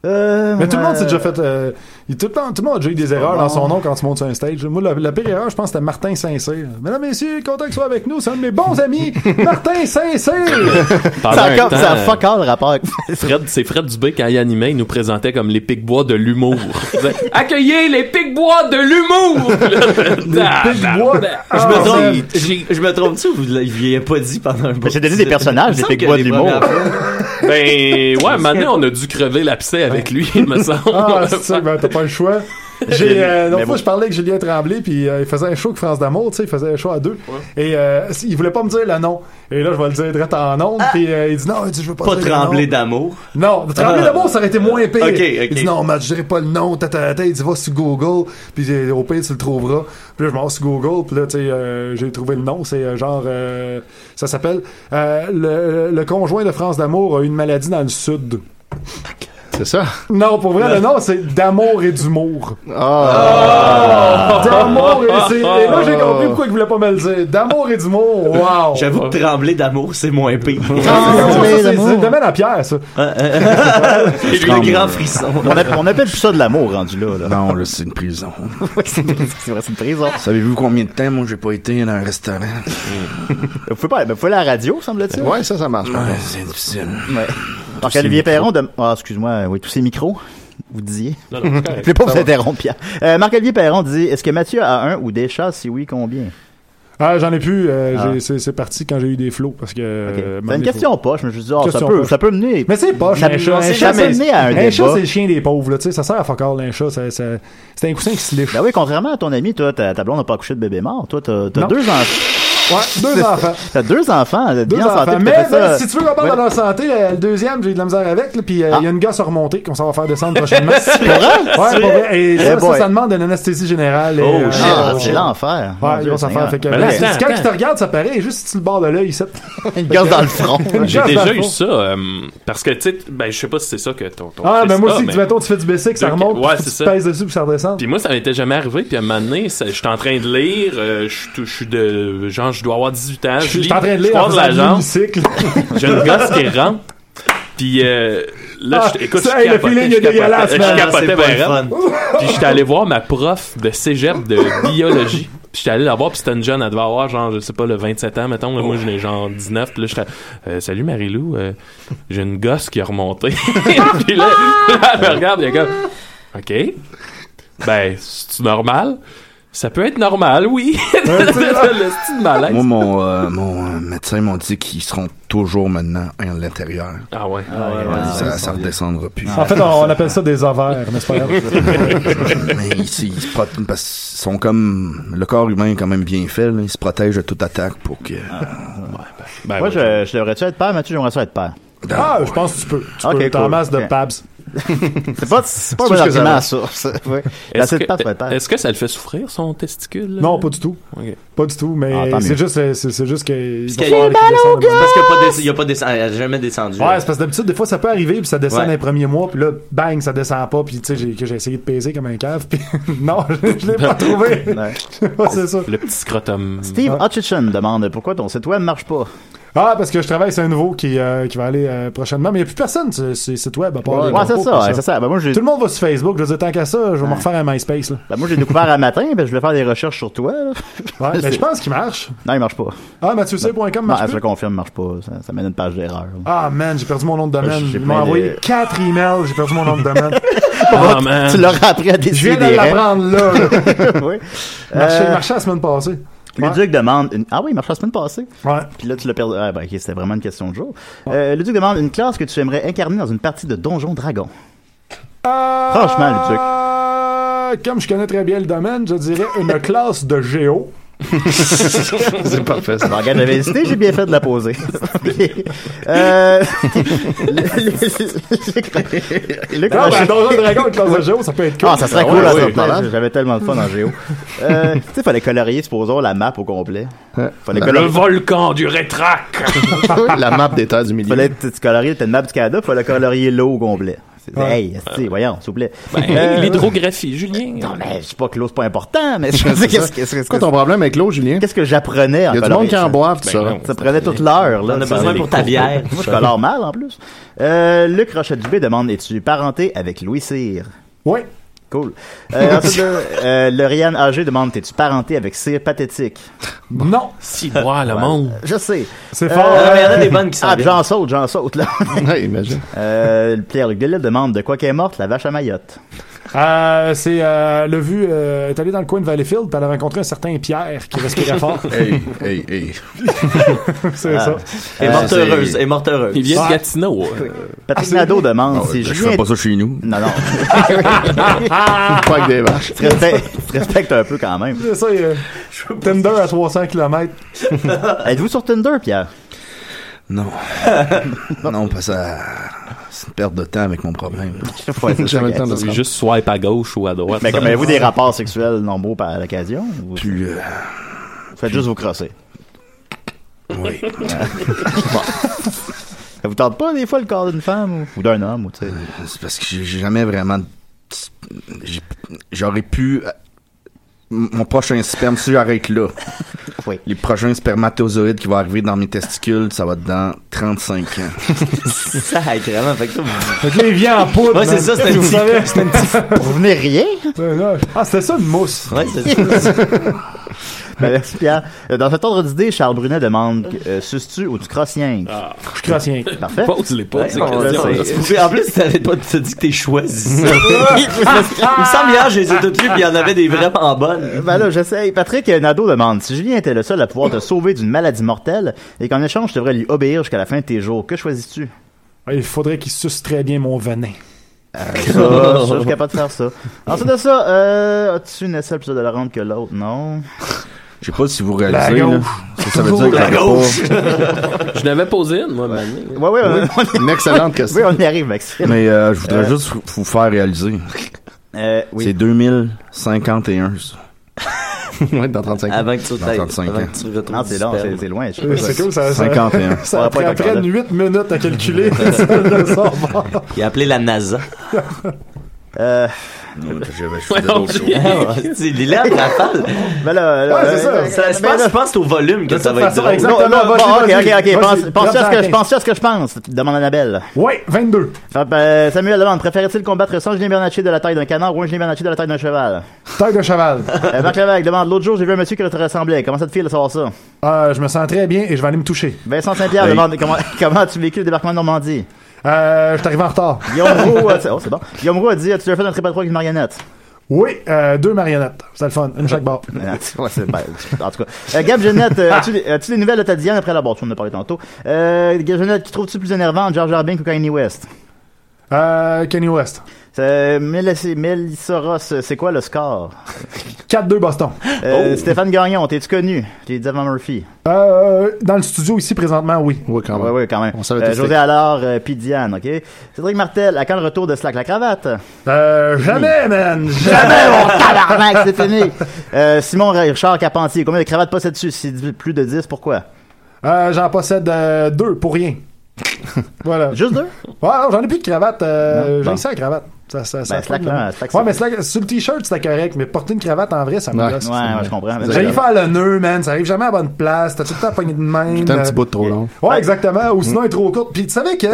C: Euh,
G: Mais tout le monde s'est
C: euh,
G: déjà fait. euh, il- tout, le temps- tout le monde a déjà eu des erreurs dans son nom quand tu montes sur un stage. Moi, la, la pire erreur, je pense, c'était Martin Saint-Cyr. Mesdames, messieurs, content que soit avec nous. C'est un de mes bons amis, Martin Saint-Cyr.
C: Ah,
F: Pendant
C: Ça
F: un
C: a, comme-
F: temps,
C: ça a
F: euh,
C: fuck all rapport avec.
F: Fred, c'est Fred Dubé quand il animait, il nous présentait comme les pics-bois de l'humour. Il disait, Accueillez les pics-bois de l'humour! Là,
G: Pique-bois.
D: Je
G: Ah,
D: me
G: c'est-
D: trompe, j'ai- je me trompe-tu ou vous l'aviez pas dit pendant un bout?
C: j'ai donné des personnages,
D: Il me
C: des Pic-Bois
D: semble que
C: de
D: les
C: l'humour.
D: premières fois-
F: ben ouais, maintenant on a dû crever l'abcès avec lui, il me semble.
G: Ah, c'est ça, ben, t'as pas le choix. J'ai, euh, l'autre
C: Mais
G: fois,
C: bon.
G: je parlais avec Julien Tremblay, puis euh, il faisait un show avec France d'amour, tu sais, il faisait un show à deux. Et euh, il voulait pas me dire le nom. Et là, je vais le dire direct en ondes, puis euh, il dit non, il dit, je veux pas,
D: Pas
G: dire le nom.
D: trembler d'amour.
G: Non, de Tremblay
D: Ah.
G: d'abord, ça aurait été moins pire.
D: Ok, ok.
G: Il dit non, Matt, je dirais pas le nom, tata, tata. Il dit va sur Google, puis euh, au pire, tu le trouveras. Puis là, je m'en vais sur Google, puis là, tu sais, euh, j'ai trouvé le nom. C'est euh, genre, euh, ça s'appelle euh, le, le conjoint de France d'amour a une maladie dans le sud.
E: C'est ça?
G: Non, pour vrai, le nom, c'est d'amour et d'humour.
E: Ah!
G: D'amour et c'est. Et là,
C: Ah.
G: j'ai compris pourquoi il voulait pas me le dire. D'amour et d'humour, wow!
D: J'avoue que trembler d'amour, c'est moins pire.
G: Ah, ça, ça,
C: D'amour et
G: c'est-
C: d'amour.
G: c'est le domaine à pierre, ça.
D: J'ai eu le grand frisson.
C: On, appelle- on appelle plus ça de l'amour rendu là. là.
H: Non, là, c'est une prison.
C: Ouais, c'est c'est vrai, c'est une prison.
H: Savez-vous combien de temps, moi, j'ai pas été dans un restaurant?
C: Vous pouvez pas, ben, vous pouvez aller à la radio, semble-t-il.
E: Ouais, ça, ça marche. par
G: Ah.
H: Ouais,
E: contre.
H: c'est difficile.
C: Ouais. Donc,
H: ces
C: Olivier
H: micros.
C: Perron de... Ah, excuse-moi, oui, tous ces micros, vous disiez.
F: Non, non, c'est correct.
C: Je ne pas vous interrompre, Pierre. Euh, Marc-Olivier Perron dit, est-ce que Mathieu a un ou des chats? Si oui, combien?
G: Ah, j'en ai plus. euh,
C: Ah.
G: j'ai- c'est- C'est parti quand j'ai eu des flots. parce que.
C: Ok.
G: euh,
C: c'est une
G: des
C: question poche, mais je me suis dit, ah, ça,
G: Question
C: peut,
G: poche.
C: ça peut mener.
G: Mais c'est pas
C: Ça- c'est jamais
G: c'est-
C: mené à un
G: un
C: débat.
G: chat, c'est le chien des pauvres, là, tu sais, ça sert à fuck all, un chat, ça- ça- c'est un coussin qui se lèche.
C: Ben oui, contrairement à ton ami, toi, ta, ta blonde n'a pas accouché de bébé mort. Toi, t'as t'as
G: Non.
C: deux enfants.
G: Ouais, deux enfants.
C: T'as deux enfants. t'es
G: Deux
C: bien en
G: enfants.
C: santé, puis
G: Mais,
C: t'as fait
G: ben,
C: ça-
G: si tu veux qu'on parle
C: Ouais.
G: de leur santé, euh, le deuxième, j'ai eu de la misère avec, là, puis euh, il y a une gosse à remonter qu'on s'en va faire descendre prochainement.
C: C'est vrai?
G: Ouais, pour vrai. Et
C: Eh
G: ça, ça,
C: boy.
G: ça demande une anesthésie générale. et,
D: Oh,
G: euh,
D: shit.
C: Ah,
G: euh,
C: c'est l'enfer. Mon
G: Ouais,
C: Dieu,
G: ils vont s'en
C: Seigneur. Ben
G: faire. Fait que,
F: Mais là,
G: c'est- c'est
F: attends,
G: quand ils te
F: attends.
G: regardent, ça paraît. Juste si tu le bords de l'œil, ça.
C: Une gosse dans le front.
F: J'ai déjà eu ça, euh, parce que, tu sais, ben, je sais pas si c'est ça que ton, ton
G: Ah,
F: fils
G: ben moi
F: a,
G: aussi,
F: mais-
G: tu mettons, tu fais du BC, que ça
F: Ok,
G: remonte,
F: ouais,
G: puis
F: c'est
G: tu
F: ça.
G: pèses dessus, puis ça redescend.
F: Puis moi, ça m'était jamais arrivé. Puis à un moment donné, ça- j'étais en train de lire. euh, je suis tout- je suis de. Genre, je dois avoir 18 ans.
G: Je
F: lis-
G: suis en train de lire
F: Je croise
G: en
F: la
G: faisant
F: jambe.
G: l'unicycle.
F: J'ai une gosse qui rentre. Puis euh, là,
G: Ah,
F: je- écoute, je
G: ça, hey, le
F: capotais,
G: feeling
F: je
G: est dégueulasse,
F: capotais,
G: man.
F: je capotais
D: C'est pas le
F: bien raide.
D: fun.
F: Puis j'étais allé voir ma prof de cégep de biologie. Puis j'étais allé la voir, puis c'était une jeune, elle devait avoir genre, je sais pas, le 27 ans, mettons. Là, moi, j'en ai genre 19. Puis là, j'étais, euh, salut Marie-Lou, euh, j'ai une gosse qui a remonté. puis là, là, elle me regarde, elle est comme, OK. Ben, c'est normal? Ça peut être normal, oui. le style malaise.
H: Moi, mon, euh, mon euh, médecin m'a dit qu'ils seront toujours maintenant à l'intérieur.
F: Ah ouais.
H: ça, ça redescendra plus.
G: En fait, on, on appelle ça des ovaires, n'est-ce pas?
H: Mais ils, se- ils se protègent parce qu'ils sont comme. Le corps humain est quand même bien fait, là. Ils se protègent de toute attaque pour que.
G: Ah.
F: Ben,
C: Moi,
F: ouais.
C: je, je devrais-tu être père, Mathieu? J'aimerais ça être père.
G: Ah, je pense que tu peux. Tu
C: Ok,
G: peux. T'as
C: cool.
G: en masse de
C: Ok.
G: Pabs.
C: C'est pas, c'est pas un
G: C'est
C: bon
G: tout ce que ça
C: argument,
G: va.
C: ça. ça, ouais. La
F: Est-ce
C: tête passe, ouais,
F: que,
C: passe.
F: est-ce que ça le fait souffrir, son testicule? là?
G: Non, pas du tout.
F: Ok.
G: Pas du tout, mais
C: Ah, tant
G: c'est
C: mieux.
G: juste, euh, c'est c'est juste que.
D: Parce
G: il va
D: que-
G: falloir qu'ils descendent
D: C'est parce qu'il a pas descendu- il a pas descendu, elle a jamais descendu.
G: Ouais, c'est parce que d'habitude, des fois, ça peut arriver, puis ça descend
D: Ouais.
G: dans les premiers mois, puis là, bang, ça descend pas, puis tu sais, j'ai- que j'ai essayé de peser comme un cave, puis non, je, je l'ai pas trouvé.
C: Ouais.
G: Ouais, c'est ça.
F: Le petit scrotum.
C: Steve Hutchison demande pourquoi ton site web marche pas.
G: Ah, parce que je travaille sur un nouveau qui, euh, qui va aller euh, prochainement, mais il n'y a plus personne sur sur le site web à part
C: Ouais,
G: les compos,
C: c'est
G: puis
C: ça, ouais, c'est ça. Ben, moi, j'ai
G: Tout le monde va sur Facebook, je veux dire, tant qu'à ça, je vais me refaire un MySpace, là.
C: ben, moi, j'ai découvert un matin, ben, je voulais faire des recherches sur toi. là.
G: Ouais, mais je pense qu'il marche.
C: Non, il marche pas.
G: Ah, MathieuC.com
C: Non,
G: marche
C: je
G: plus.
C: le confirme, il marche pas. Ça, ça mène à une page d'erreur. là.
G: Ah, man, j'ai perdu mon nom de domaine.
C: J'ai
G: Ils
C: plein
G: m'ont
C: de-
G: envoyé quatre emails, j'ai perdu mon nom de domaine.
F: Oh, man.
C: Tu l'auras appris à
G: Ah, Je
C: décider hein?
G: viens de l'apprendre, là. là.
C: oui.
G: Marché,
C: Euh,
G: marché la semaine passée.
C: Le duc demande... une- Ah oui, il marche la semaine passée.
G: Ouais.
C: Puis là, tu l'as perdu. Ah, ben, ok, c'était vraiment une question de jour. Euh, le duc demande une classe que tu aimerais incarner dans une partie de Donjon Dragon.
G: Euh,
C: Franchement, Lutzuc.
G: euh, Comme je connais très bien le domaine, je dirais une classe de géo.
E: C'est parfait, ça.
C: Bon, regarde, j'avais hésité, j'ai bien fait de la poser. euh... Luc
G: Non, ben,
C: Rocher-
G: Donjon et Dragon, une classe de géo, ça peut être cool.
C: Ah, ça serait
E: Ah
C: cool
E: ouais,
C: à
E: oui,
C: cette place.
E: malade.
C: J'avais tellement de fun en géo. Euh, tu sais, fallait colorier, supposons, la map au complet. Fallait
F: Le
C: colorier.
F: volcan du rétrac.
E: La map des terres du milieu.
C: Fallait tu tu colorier, t'as une map du Canada, puis fallait colorier l'eau au complet. C'est- Hey, esti, voyons, s'il vous plaît.
E: Ben,
C: Euh,
F: L'hydrographie, Julien.
C: Non, mais je sais pas que l'eau, c'est pas important, mais je veux dire, qu'est-ce qu'est-ce- qu'est-ce
E: C'est quoi
C: que,
E: ton problème avec l'eau, Julien?
C: qu'est-ce que j'apprenais en
E: Il y a du monde qui en
C: coloration?
E: hein. boive, tu
F: Ben
E: sauras.
F: non.
C: Ça prenait toute l'heure. là.
D: T'en as
C: Ça,
D: besoin
C: les
D: pour ta
C: cours.
D: bière.
C: Moi, je colore mal, en plus. Euh, Luc Rochette-Dubé demande, es-tu parenté avec Louis Cyr?
G: Oui.
C: Cool. Euh, ensuite, euh, euh, Lauriane Agé demande, es-tu parenté avec Cyr Pathétique?
G: Non,
F: Si, bois le monde.
C: Je sais.
G: c'est
C: Euh,
G: fort.
D: Ah, mais il y en a des bonnes qui s'en
C: Ah, puis
D: viennent.
C: j'en saute, j'en saute, là.
E: Ouais, imagine.
C: Euh, Pierre-Luc Delisle demande, de quoi qu'est morte la vache à Mayotte?
G: Euh, c'est euh, le vu euh, est allée dans le coin de Valleyfield, puis elle a rencontré un certain Pierre qui respirait fort.
E: Hey, hey, hey.
G: c'est ça.
D: Elle est morte
E: c'est-
D: heureuse, elle est morte heureuse.
F: Il vient
G: Ah.
F: de Gatineau. euh.
C: Patrick Nadeau demande, si
H: je
C: Julien...
H: fais pas ça chez nous.
C: Non, non,
E: Pas avec des vaches.
C: tu respectes, tu respectes un peu quand même.
G: C'est ça. euh, Tinder à 300 km.
C: Êtes-vous sur Tinder, Pierre?
H: Non. non, parce que ça- c'est une perte de temps avec mon problème.
C: Ouais, c'est
E: Jamais le temps de
F: Il
E: se
F: juste swipe à gauche ou à droite.
C: Mais comme
F: Ça.
C: avez-vous des rapports sexuels nombreux par l'occasion? Vous
H: Puis, euh,
C: faites juste vous crosser.
H: oui.
C: Ça vous tente pas des fois le corps d'une femme ou, ou d'un homme ou tu sais.
H: C'est parce que j'ai j'ai jamais vraiment. j'ai- J'aurais pu. euh, Mon prochain sperme, si j'arrête là,
C: Oui.
H: les prochains spermatozoïdes qui vont arriver dans mes testicules, ça va être dans 35 ans.
D: Sacrément, fait que toi,
G: Fait que là, il vient en poudre.
D: Ouais, c'est
G: man.
D: ça, c'était
G: Vous
D: une
G: savez.
C: Vous venez rien?
G: Euh, là, Ah, c'était ça, une mousse.
D: ouais, c'est
C: Ben, Merci Pierre. Euh, Dans cet ordre d'idée, Charles Brunet demande euh, Suces-tu ou tu crosses rien?
G: Je suis crassien.
C: Parfait.
F: Pose-les pas, ces
D: Ouais, on-
F: questions.
C: c'est-
D: on- c'est- En plus, t'avais pas te dit que t'es choisi. Il me semble hier, je les ai toutes lues, puis il y en avait des vraiment bonnes.
C: Ben là, j'essaye. Patrick Nadeau demande Si Julien était le seul à pouvoir te sauver d'une maladie mortelle et qu'en échange, tu devrais lui obéir jusqu'à la fin de tes jours, que choisis-tu?
G: Il faudrait qu'il suce très bien mon venin.
C: Ça, ça, je suis capable de faire ça. Ensuite de ça, euh, as-tu une aisselle plus adolorante que l'autre? Non.
H: Je sais pas si vous
G: La
H: réalisez. là.
G: gauche.
H: Ça, ça veut dire que j'aurais pas-
F: Je n'avais posé une, moi, ma année.
C: Ouais, ouais, on-
E: Une excellente
C: oui,
E: question.
C: on y arrive, Maxime.
H: Mais euh, je voudrais juste vous- vous faire réaliser.
C: Euh, oui.
H: C'est 2051. ça.
E: Ouais, dans 35 ans.
D: Avant que tu
H: Dans
D: t'ailles,
H: 35
D: avant
H: ans.
D: que tu retrouves
C: Non, c'est
D: du
C: long,
D: sperme.
C: c'est c'est loin. je sais pas.
G: C'est cool, Euh, ça. ça-
H: 51.
C: On
G: Ça
C: va pas
G: prend
C: être encore
G: près de
C: là.
G: 8 minutes à calculer. de son bord.
D: Il a appelé la NASA.
C: Euh,
D: C'est l'élève, la falle.
C: ben là, là,
G: Ouais, c'est
C: euh,
G: ça.
D: Ça, je
C: ben
D: pense,
C: là,
D: je pense que c'est au volume que
G: De
D: ça
G: toute
D: va être
G: façon,
D: drôle.
G: exactement.
C: Non, non, bon, ok,
G: vas-y,
C: ok,
G: vas-y.
C: ok. Pense,
G: Vas-y,
C: pense à ce que
G: prends-en
C: je pense, à ce que je pense. Demande Annabelle.
G: Ouais, 22.
C: Fait, euh, Samuel demande, préfère-t-il combattre sans Julien Bernatchez de la taille d'un canard ou un Julien Bernatchez de la taille d'un cheval?
G: Tête de cheval.
C: Euh, Marc Lévesque demande, l'autre jour, j'ai vu un monsieur qui te ressemblait. Comment ça te file de savoir ça?
G: Euh, je me sens très bien et je vais aller me toucher.
C: Vincent Saint-Pierre demande, comment, comment as-tu vécu le débarquement de Normandie?
G: Euh, je suis arrivé en retard.
C: Guillaume Roux, euh, oh, c'est bon. Guillaume Roux a dit, as-tu déjà fait un triple 3 avec une marionnette?
G: Oui, euh, deux marionnettes. C'était le fun. Une chaque barre.
C: Euh, ouais, c'est- ben, en tout cas. Euh, Gab Genette, euh, as-tu des- as-tu des nouvelles de ta Diane après la tu en as parlé tantôt? Euh, Gab Genette, qui trouves-tu plus énervant, George Arbink ou Kanye West?
G: Euh, Kenny West.
C: Euh, Mélis- Mélissa Ross, c'est quoi le score?
G: 4-2 Boston.
C: Euh, Stéphane Gagnon, t'es-tu connu? T'es devant Murphy.
G: Euh, dans le studio ici présentement, oui.
E: Ouais, quand
C: Oui,
E: même.
C: oui, quand même.
E: On savait
C: Euh,
E: tous
C: José
E: c'était-
C: Allard, euh, puis Diane, OK? Cédric Martel, à quand le retour de Slack la cravate?
G: Euh, jamais, man. Jamais.
C: Jamais, mon tabarnak, c'est fini! Euh, Simon Richard Carpentier, combien de cravates possèdes-tu? Si tu dis plus de 10, pourquoi?
G: Euh, j'en possède euh, deux pour rien. voilà.
C: Juste deux?
G: Ouais, non, j'en ai plus de cravate. Euh,
C: Non,
G: j'ai
C: bon.
G: ça, la cravate. Ça, ça, ça
C: Ben, slack,
G: fuck,
C: là,
G: man.
C: slack,
G: ouais,
C: ça-
G: mais slack, sur le t-shirt, c'était correct, mais porter une cravate en vrai, ça me
E: Ouais.
G: gosse.
C: Ouais, ouais, je comprends. Mais-
G: J'allais faire le nœud, man. Ça arrive jamais à la bonne place. T'as tout le temps pogné de main.
E: Putain, un petit
G: Euh,
E: bout de trop long.
G: Ouais, exactement. Ou
C: Mm.
G: sinon, elle est trop courte. Puis tu savais que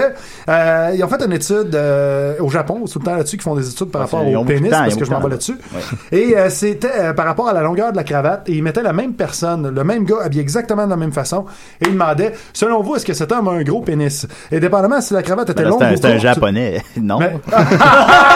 G: euh, ils ont fait une étude euh, au Japon, tout le temps là-dessus, qui font des études par
C: Ouais,
G: rapport
C: Ah, c'est- ils ont
G: au
C: beaucoup de
G: pénis,
C: temps, ils
G: parce
C: ont
G: que je m'en
C: beaucoup
G: vais
C: de
G: là-dessus. Et euh, c'était euh, par rapport à la longueur de la cravate. Et ils mettaient la même personne, le même gars, habillé exactement de la même façon. Et ils demandaient, selon vous, est-ce que cet homme a un gros pénis Et dépendamment si la cravate était
C: Ben là,
G: longue
C: c'est un-
G: ou
C: c'est un,
G: courte.
C: japonais. Non.
G: Mais-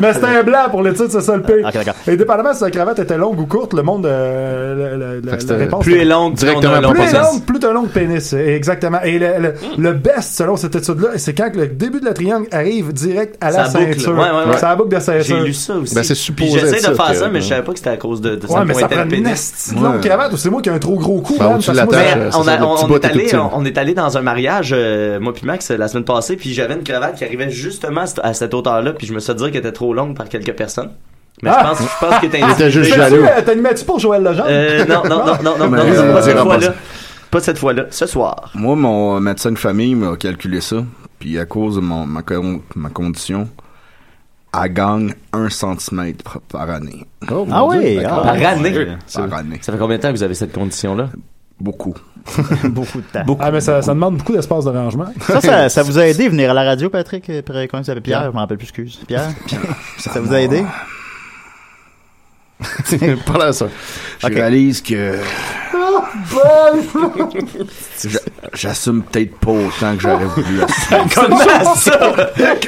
G: Mais c'était un blanc pour l'étude, c'est ça le pire.
C: Ok, d'accord.
G: Et dépendamment si la cravate était longue ou courte, le monde, euh, la- la- la-
E: que
G: la
E: c'était
G: réponse
D: Plus est longue,
E: Directement
D: on a un long
G: plus
D: process.
G: longue, plus un long pénis. euh, Exactement. Et le, le, le best, selon cette étude-là, c'est quand le début de la triangle arrive direct à la
D: Ça boucle.
G: ceinture.
D: Ouais, ouais, ouais.
G: Ça boucle de
D: J'ai
G: ceinture.
D: lu ça aussi.
E: Ben, c'est
D: Puis
E: supposé
D: j'essaie
E: être
D: de
E: ça
D: faire
E: que-
D: ça, mais je savais pas que c'était à cause de, de
G: Ouais, mais ça
D: pointait
G: prend
D: le
G: une
D: pénis.
G: esti de longue
E: Ouais.
G: cravate ou c'est moi qui ai un trop gros cou,
E: Ben,
G: man,
E: au-dessus de
G: parce que
E: la
G: moi,
E: tête,
G: j'ai-
D: Mais
E: euh,
D: on,
E: c'est
D: a-
E: ça, le
D: on-
E: petit
D: on
E: bout
D: est
E: est tout
D: allé,
E: petit.
D: on, on est allé dans un mariage, euh, moi puis Max, euh, la semaine passée, puis j'avais une cravate qui arrivait justement à cette- à cette hauteur-là, puis je me suis dit qu'elle était trop longue par quelques personnes. Mais
G: Ah!
D: je pense, je pense que t'es
E: était juste
G: T'as-tu,
E: jaloux.
G: euh, T'animais-tu pour Joël Legendre?
D: Euh, non, non, non, non, non, non,
H: Mais,
D: non,
H: euh,
D: pas
E: dira
D: cette
E: pas
D: fois-là.
E: ça.
D: Pas cette fois-là, ce soir.
H: Moi, mon euh, médecin de famille m'a calculé ça. Puis à cause de mon, ma, con- ma condition, elle gagne 1 cm par année.
E: Oh,
C: Ah
E: mon Dieu.
C: oui,
E: D'accord.
D: Par année.
H: Par ben, année.
D: Ça fait combien de temps que vous avez cette condition-là?
H: Beaucoup.
C: beaucoup de temps.
G: Ah, mais ça, ça demande beaucoup d'espace de rangement.
C: Ça, ça, ça vous a aidé venir à la radio, Patrick? euh, Pierre- Comment il s'appelle? Pierre, je m'en rappelle plus, excuse. Pierre? Ça vous a aidé?
E: Parle à ça.
H: Je réalise que. Je- J'assume peut-être pas autant que j'aurais voulu. assumer.
D: Comment ça?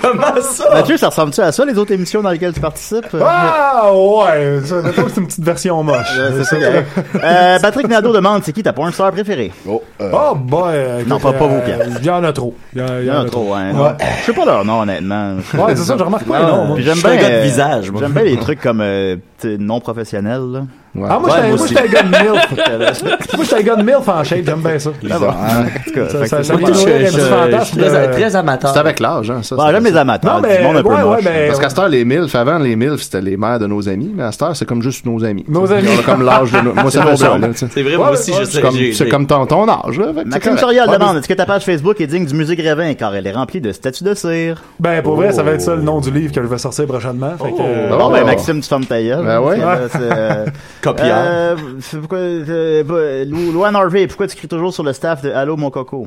D: Comment ça?
C: Mathieu, ça ressemble-tu à ça, les autres émissions dans lesquelles tu participes?
G: Ah, ouais! Ça, mettons que c'est une petite version moche.
C: Euh, c'est ça, correct. Euh, Patrick Nadeau demande, c'est qui ta porn star préférée?
H: Oh, euh,
G: Oh, boy! euh,
C: Non,
G: écoute,
C: pas- pas
G: euh,
C: vous, Pierre.
G: Il y en a trop. Il y, en- il y en a trop.
C: hein.
G: Ouais.
C: Je sais pas leur nom, honnêtement.
G: Ouais, c'est ça, je remarque pas les noms, moi.
C: Puis j'aime
D: Je suis un
C: bien.
D: gars de
C: euh,
D: visage, moi.
C: J'aime bien les trucs comme euh, t'sais, non professionnels, là.
G: Ah,
D: Ouais,
G: moi, j'étais-
D: moi
G: moi,
D: aussi.
G: j'étais un gars de MILF. Moi, j'étais un gars de MILF en shape, j'aime bien ça.
C: Ah, en tout cas, fait
G: Ça-
C: que
G: ça-
C: c'est-
G: ça-
D: Moi, je- je- je
G: Un petit fantasme,
D: suis très,
G: euh,
D: très amateur.
E: C'est avec l'âge, hein, ça.
C: Bon,
E: c'est-
C: Bah, j'aime les amateurs.
G: Non,
C: Ah, du
G: mais.
C: monde un peu
G: ouais, ouais,
C: moche.
G: mais.
E: Parce qu'à cette heure, les MILF, avant, les MILF, c'était les mères de nos amis, mais à cette heure, c'est comme juste nos amis.
G: Nos amis.
E: On a comme l'âge de nos... Moi, c'est
C: C'est
E: pour
C: nos
E: ça,
C: amis.
E: là, tu sais.
D: C'est vrai, moi
G: Ouais,
D: aussi,
G: ouais,
D: je
E: C'est
D: sais.
E: comme,
D: j'ai-
E: c'est
D: j'ai-
E: comme ton, ton âge, là. fait que c'est
C: Maxime
E: correct.
C: Sorial
E: Ouais,
C: demande, est-ce que ta page Facebook est digne du musée Grévin, car elle est remplie de statues de cire?
G: Ben, pour vrai, ça va être ça le nom du livre que je vais sortir prochainement. Fait que, euh,
C: Bon,
E: Oh.
C: ben, Maxime, tu fermes ta gueule.
E: Ben ouais.
C: C'est- euh, c'est, euh,
D: Copieur.
C: euh, c'est pourquoi, euh, bah, Lou- Louane Harvey, pourquoi tu cries toujours sur le staff de Allô, mon coco?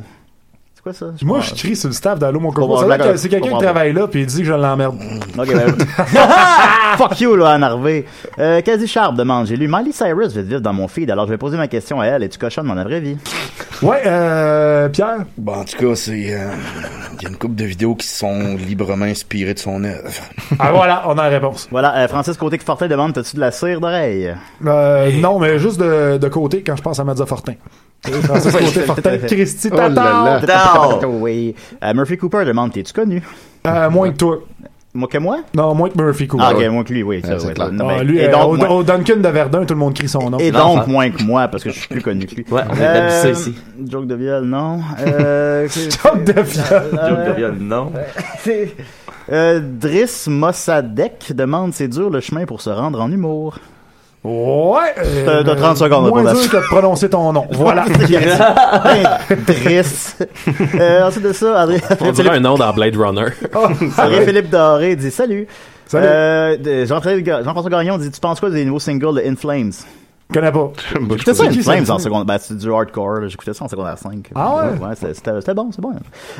C: C'est quoi ça? Je
G: Moi, je
C: sais
G: crie sur le staff d'Allo, mon copain.
C: Comprends-
G: Ça veut dire que
C: d'accord.
G: C'est quelqu'un qui
C: Comprends-
G: travaille là, puis il dit que je l'emmerde.
C: pas. Ok, ben, Fuck you, Louane Harvey. Euh, Casey Sharp demande, j'ai lu Miley Cyrus vite vite dans mon feed, alors je vais poser ma question à elle, es-tu cochonne dans la vraie vie?
G: Ouais, euh, Pierre?
H: Bon, Ben, en tout cas, c'est. euh, Il y a une couple de vidéos qui sont librement inspirées de son œuvre.
G: Ah, voilà, on a la réponse.
C: Voilà, euh, Francis Côté Fortin demande T'as-tu de la cire d'oreille
G: Euh, Non, mais juste de, de côté quand je pense à Madza Fortin. Euh, Francis Côté Fortin, Christy
E: Oh là
G: Tatar,
E: là.
D: Attends.
C: Oui. Euh, Murphy Cooper demande T'es-tu connu
G: Euh, moins que toi.
C: Moi que moi
G: Non, moins que Murphy Cooper.
C: Ah, ok, moins que lui, oui. ça,
E: Ouais, c'est
C: ouais,
E: clair.
C: ça, non,
G: Ah,
C: ben,
G: lui,
C: et
G: euh,
C: donc,
G: au,
C: moins,
G: au Duncan de Verdun, tout le monde crie son nom.
C: et
D: l'enfant.
C: donc moins que moi, parce que je suis plus connu que lui. Euh,
D: Ouais, on est habitué ici.
C: Joke de viol, non. Euh,
G: Joke de viol.
D: Joke de viol, non.
C: c'est- euh, Driss Mossadek demande C'est dur le chemin pour se rendre en humour.
G: Ouais.
C: T'as-
G: euh,
C: t'as 30 secondes pour
G: Moins
C: la-
G: dur que de prononcer ton nom. Voilà.
C: Ben, Driss. Euh, ensuite de ça, Adrien
F: On dirait un nom dans Blade Runner.
C: Philippe Doré dit Salut.
G: Salut.
C: Euh, de- Jean-François Ga- Jean-François Gagnon dit Tu penses quoi des nouveaux singles de In Flames
G: Je connais pas.
C: J'écoutais ça
G: C'est
C: In
G: qui, ça,
C: Flames
G: ça?
C: en seconde. Ben, c'est du hardcore. là. J'écoutais ça en secondaire 5.
G: Ah ouais?
C: c'était- c'était c'était bon, c'est bon.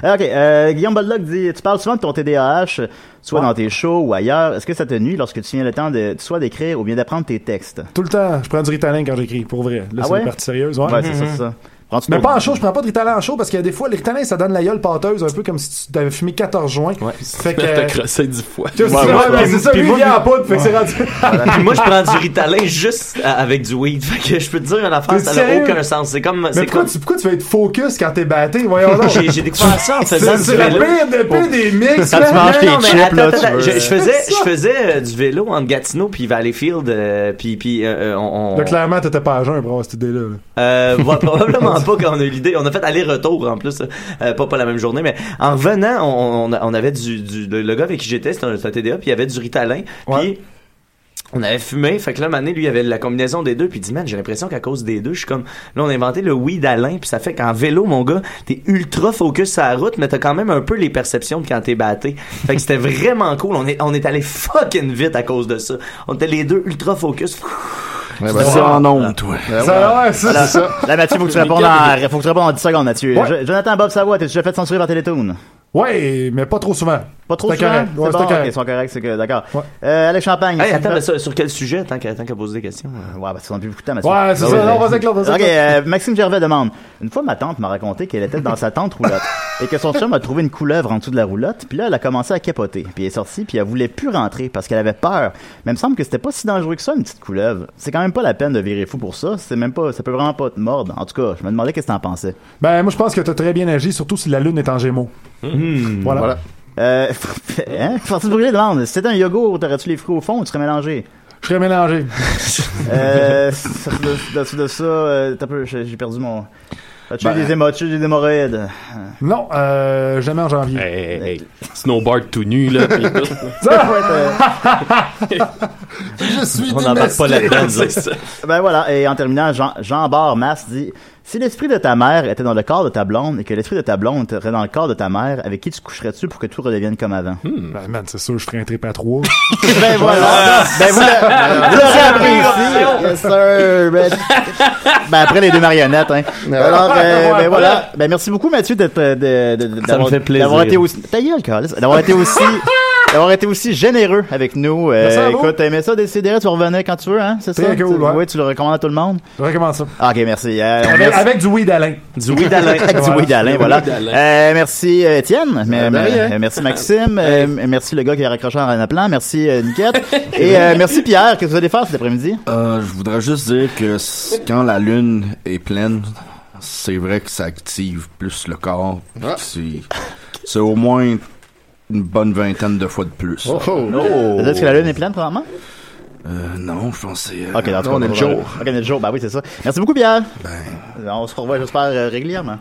C: Euh, Ok, euh, Guillaume Bollock dit Tu parles souvent de ton TDAH, soit dans tes shows ou ailleurs. Est-ce que ça te nuit lorsque tu viens le temps de soit d'écrire ou bien d'apprendre tes textes
G: Tout le temps, je prends du Ritalin quand j'écris, pour vrai.
C: Ah
G: Là, c'est
C: ouais?
G: une partie sérieuse. Ouais. Mm-hmm.
C: Ouais, c'est ça, c'est ça. Prends-tu
G: Mais
C: ton-
G: pas en chaud, je prends pas de Ritalin en chaud parce que des fois, le Ritalin, ça donne la gueule pâteuse, un peu comme si tu t'avais fumé 14 joints. Ouais. Fait que.
F: T'as crossé dix fois.
G: Tu vois, c'est-
C: ouais,
G: ouais,
C: ouais.
G: mais c'est ça,
D: Puis
G: lui, il
D: moi,
G: est en poudre, fait que c'est rendu.
C: Ah,
D: Puis moi, je prends du ritalin juste à- avec du weed. Fait que je peux te dire une affaire,
G: T'es
D: ça n'a
G: sérieux?
D: aucun sens. C'est comme.
G: Mais
D: c'est
G: pourquoi,
D: comme-
G: tu, pourquoi tu veux être focus quand t'es batté? Voyons donc.
D: J'ai j'ai découvert ça en faisant
G: C'est
D: du
G: c'est la
D: vélo.
G: pire, le pire des mix,
C: Quand tu
G: man.
C: manges tes
D: Non, mais
C: chips,
D: attends,
C: là,
D: attends,
C: tu veux-
D: je, je faisais, je faisais euh, du vélo entre Gatineau puis Valleyfield, euh, puis puis euh, euh, on. on-
G: Là, clairement, t'étais pas à jeun pour avoir cette idée-là. là.
D: Euh, ouais, probablement pas quand on a eu l'idée. On a fait aller-retour en plus, euh, pas pas la même journée, mais en revenant, on, on, on avait du, du le, le gars avec qui j'étais, c'était un, c'était un TDA, puis il y avait du Ritalin,
G: Ouais.
D: puis on avait fumé, fait que là, Mané, lui, il avait la combinaison des deux, puis il dit, man, j'ai l'impression qu'à cause des deux, je suis comme, là, on a inventé le weed Alain, puis ça fait qu'en vélo, mon gars, t'es ultra focus sur la route, mais t'as quand même un peu les perceptions de quand t'es batté. Fait que c'était vraiment cool, on est, on est allé fucking vite à cause de ça. On était les deux ultra focus.
E: Ouais,
H: C'est
E: ben,
H: ça en ondes, toi.
G: Ça, ouais, ça, c'est ça.
C: Là, Mathieu, faut que tu répondes en, faut que tu répondes en 10 secondes, Mathieu.
G: Ouais.
C: Je- Jonathan Bob Savoie, t'es déjà fait censurer par Télétoon.
G: Ouais, mais pas trop souvent.
C: Pas trop
G: C'est
C: souvent?
G: correct. Ouais,
C: C'est
G: c'est
C: bon,
G: correct.
C: ok, ils sont corrects, c'est que, d'accord.
G: Ouais.
C: Euh, Alex Champagne.
D: Hey,
C: ça
D: attends,
C: vous
D: mais
C: fait-
D: ça, sur quel sujet, tant qu'à tant qu'à poser des questions? euh?
C: Ouais, parce qu'on a plus beaucoup de temps, Mathieu.
G: Ouais, c'est
C: Ah,
G: ça. Non, vas-y, Claude, vas-y.
C: Ok,
G: Claude.
C: euh, Maxime Gervais demande. Une fois, ma tante m'a raconté qu'elle était dans sa tente roulotte et que son chum a trouvé une couleuvre en dessous de la roulotte. Puis là, elle a commencé à capoter. Puis elle est sortie, puis elle voulait plus rentrer parce qu'elle avait peur. Mais il me semble que c'était pas si dangereux que ça, une petite couleuvre. C'est quand même pas la peine de virer fou pour ça. C'est même pas, ça peut vraiment pas te mordre. En tout cas, je me demandais qu'est-ce que t'en pensais.
G: Ben, moi, je pense que t'as très bien agi, surtout si la lune est en gémeaux. Voilà.
E: Voilà.
C: Euh, hein? Francis Brûlé demande. Si c'était un yogourt, t'aurais-tu les fruits au fond ou tu serais mélangé?
G: Je serais mélangé.
C: Euh, de, de, de ça, euh, t'as peu, j'ai j'ai perdu mon. As-tu eu des émo- as-tu eu des hémorroïdes?
G: Non, euh, jamais en janvier.
F: Hey, hey, hey. Snowboard tout nu, là. pis tout.
C: Ça peut être, euh,
G: Je suis
D: On n'embarque pas là-dedans, disons.
F: C'est ça.
C: Ben voilà, et en terminant, Jean, Jean Barre Masse dit Si l'esprit de ta mère était dans le corps de ta blonde et que l'esprit de ta blonde serait dans le corps de ta mère, avec qui tu coucherais-tu pour que tout redevienne comme avant
G: Ben, man, c'est sûr, je ferais un trip à trois.
C: Ben voilà Ben voilà Vous l'aurez appris ici. Yes, sir ben, ben après les deux marionnettes, hein. Alors, euh, ben voilà. Ben merci beaucoup, Mathieu, d'être. euh, de- de- de- d'avoir-
D: fait plaisir.
C: D'avoir été aussi. Ta gueule, câlisse. D'avoir été aussi. D'avoir été aussi généreux avec nous. Euh,
G: Merci à vous.
C: écoute, t'aimais ça, décider, tu revenais quand tu veux, hein, c'est ça?
G: Très cool,
C: Tu-
G: ouais.
C: ouais, tu le recommandes à tout le monde?
G: Je recommande ça.
C: Ah, Ok, merci. Euh, on
G: Avec,
C: laisse-
G: avec du weed Alain.
D: Du oui d'Alain.
C: Avec du
G: Voilà.
C: oui d'Alain, voilà.
F: oui d'Alain.
C: Euh, merci euh, Étienne, mais-
E: de
C: mais-
E: rien.
C: euh, merci Maxime, euh, m- merci le gars qui a raccroché en appelant, merci euh, Niquette, et euh, merci Pierre, qu'est-ce que vous allez faire cet après-midi?
H: Euh, je voudrais juste dire que c- quand la lune est pleine, c'est vrai que ça active plus le corps. puis
E: Ah.
H: C'est c'est au moins une bonne vingtaine de fois de plus.
E: Oh, oh.
C: Vous êtes que la lune est pleine, probablement?
H: Euh, non, je pense que c'est... euh,
C: Ok, dans tout
E: on
C: cas,
E: est
C: va-
E: le jour.
C: Ok, on est le jour, bah oui, c'est ça. Merci beaucoup Pierre. On se revoit, j'espère, euh, régulièrement.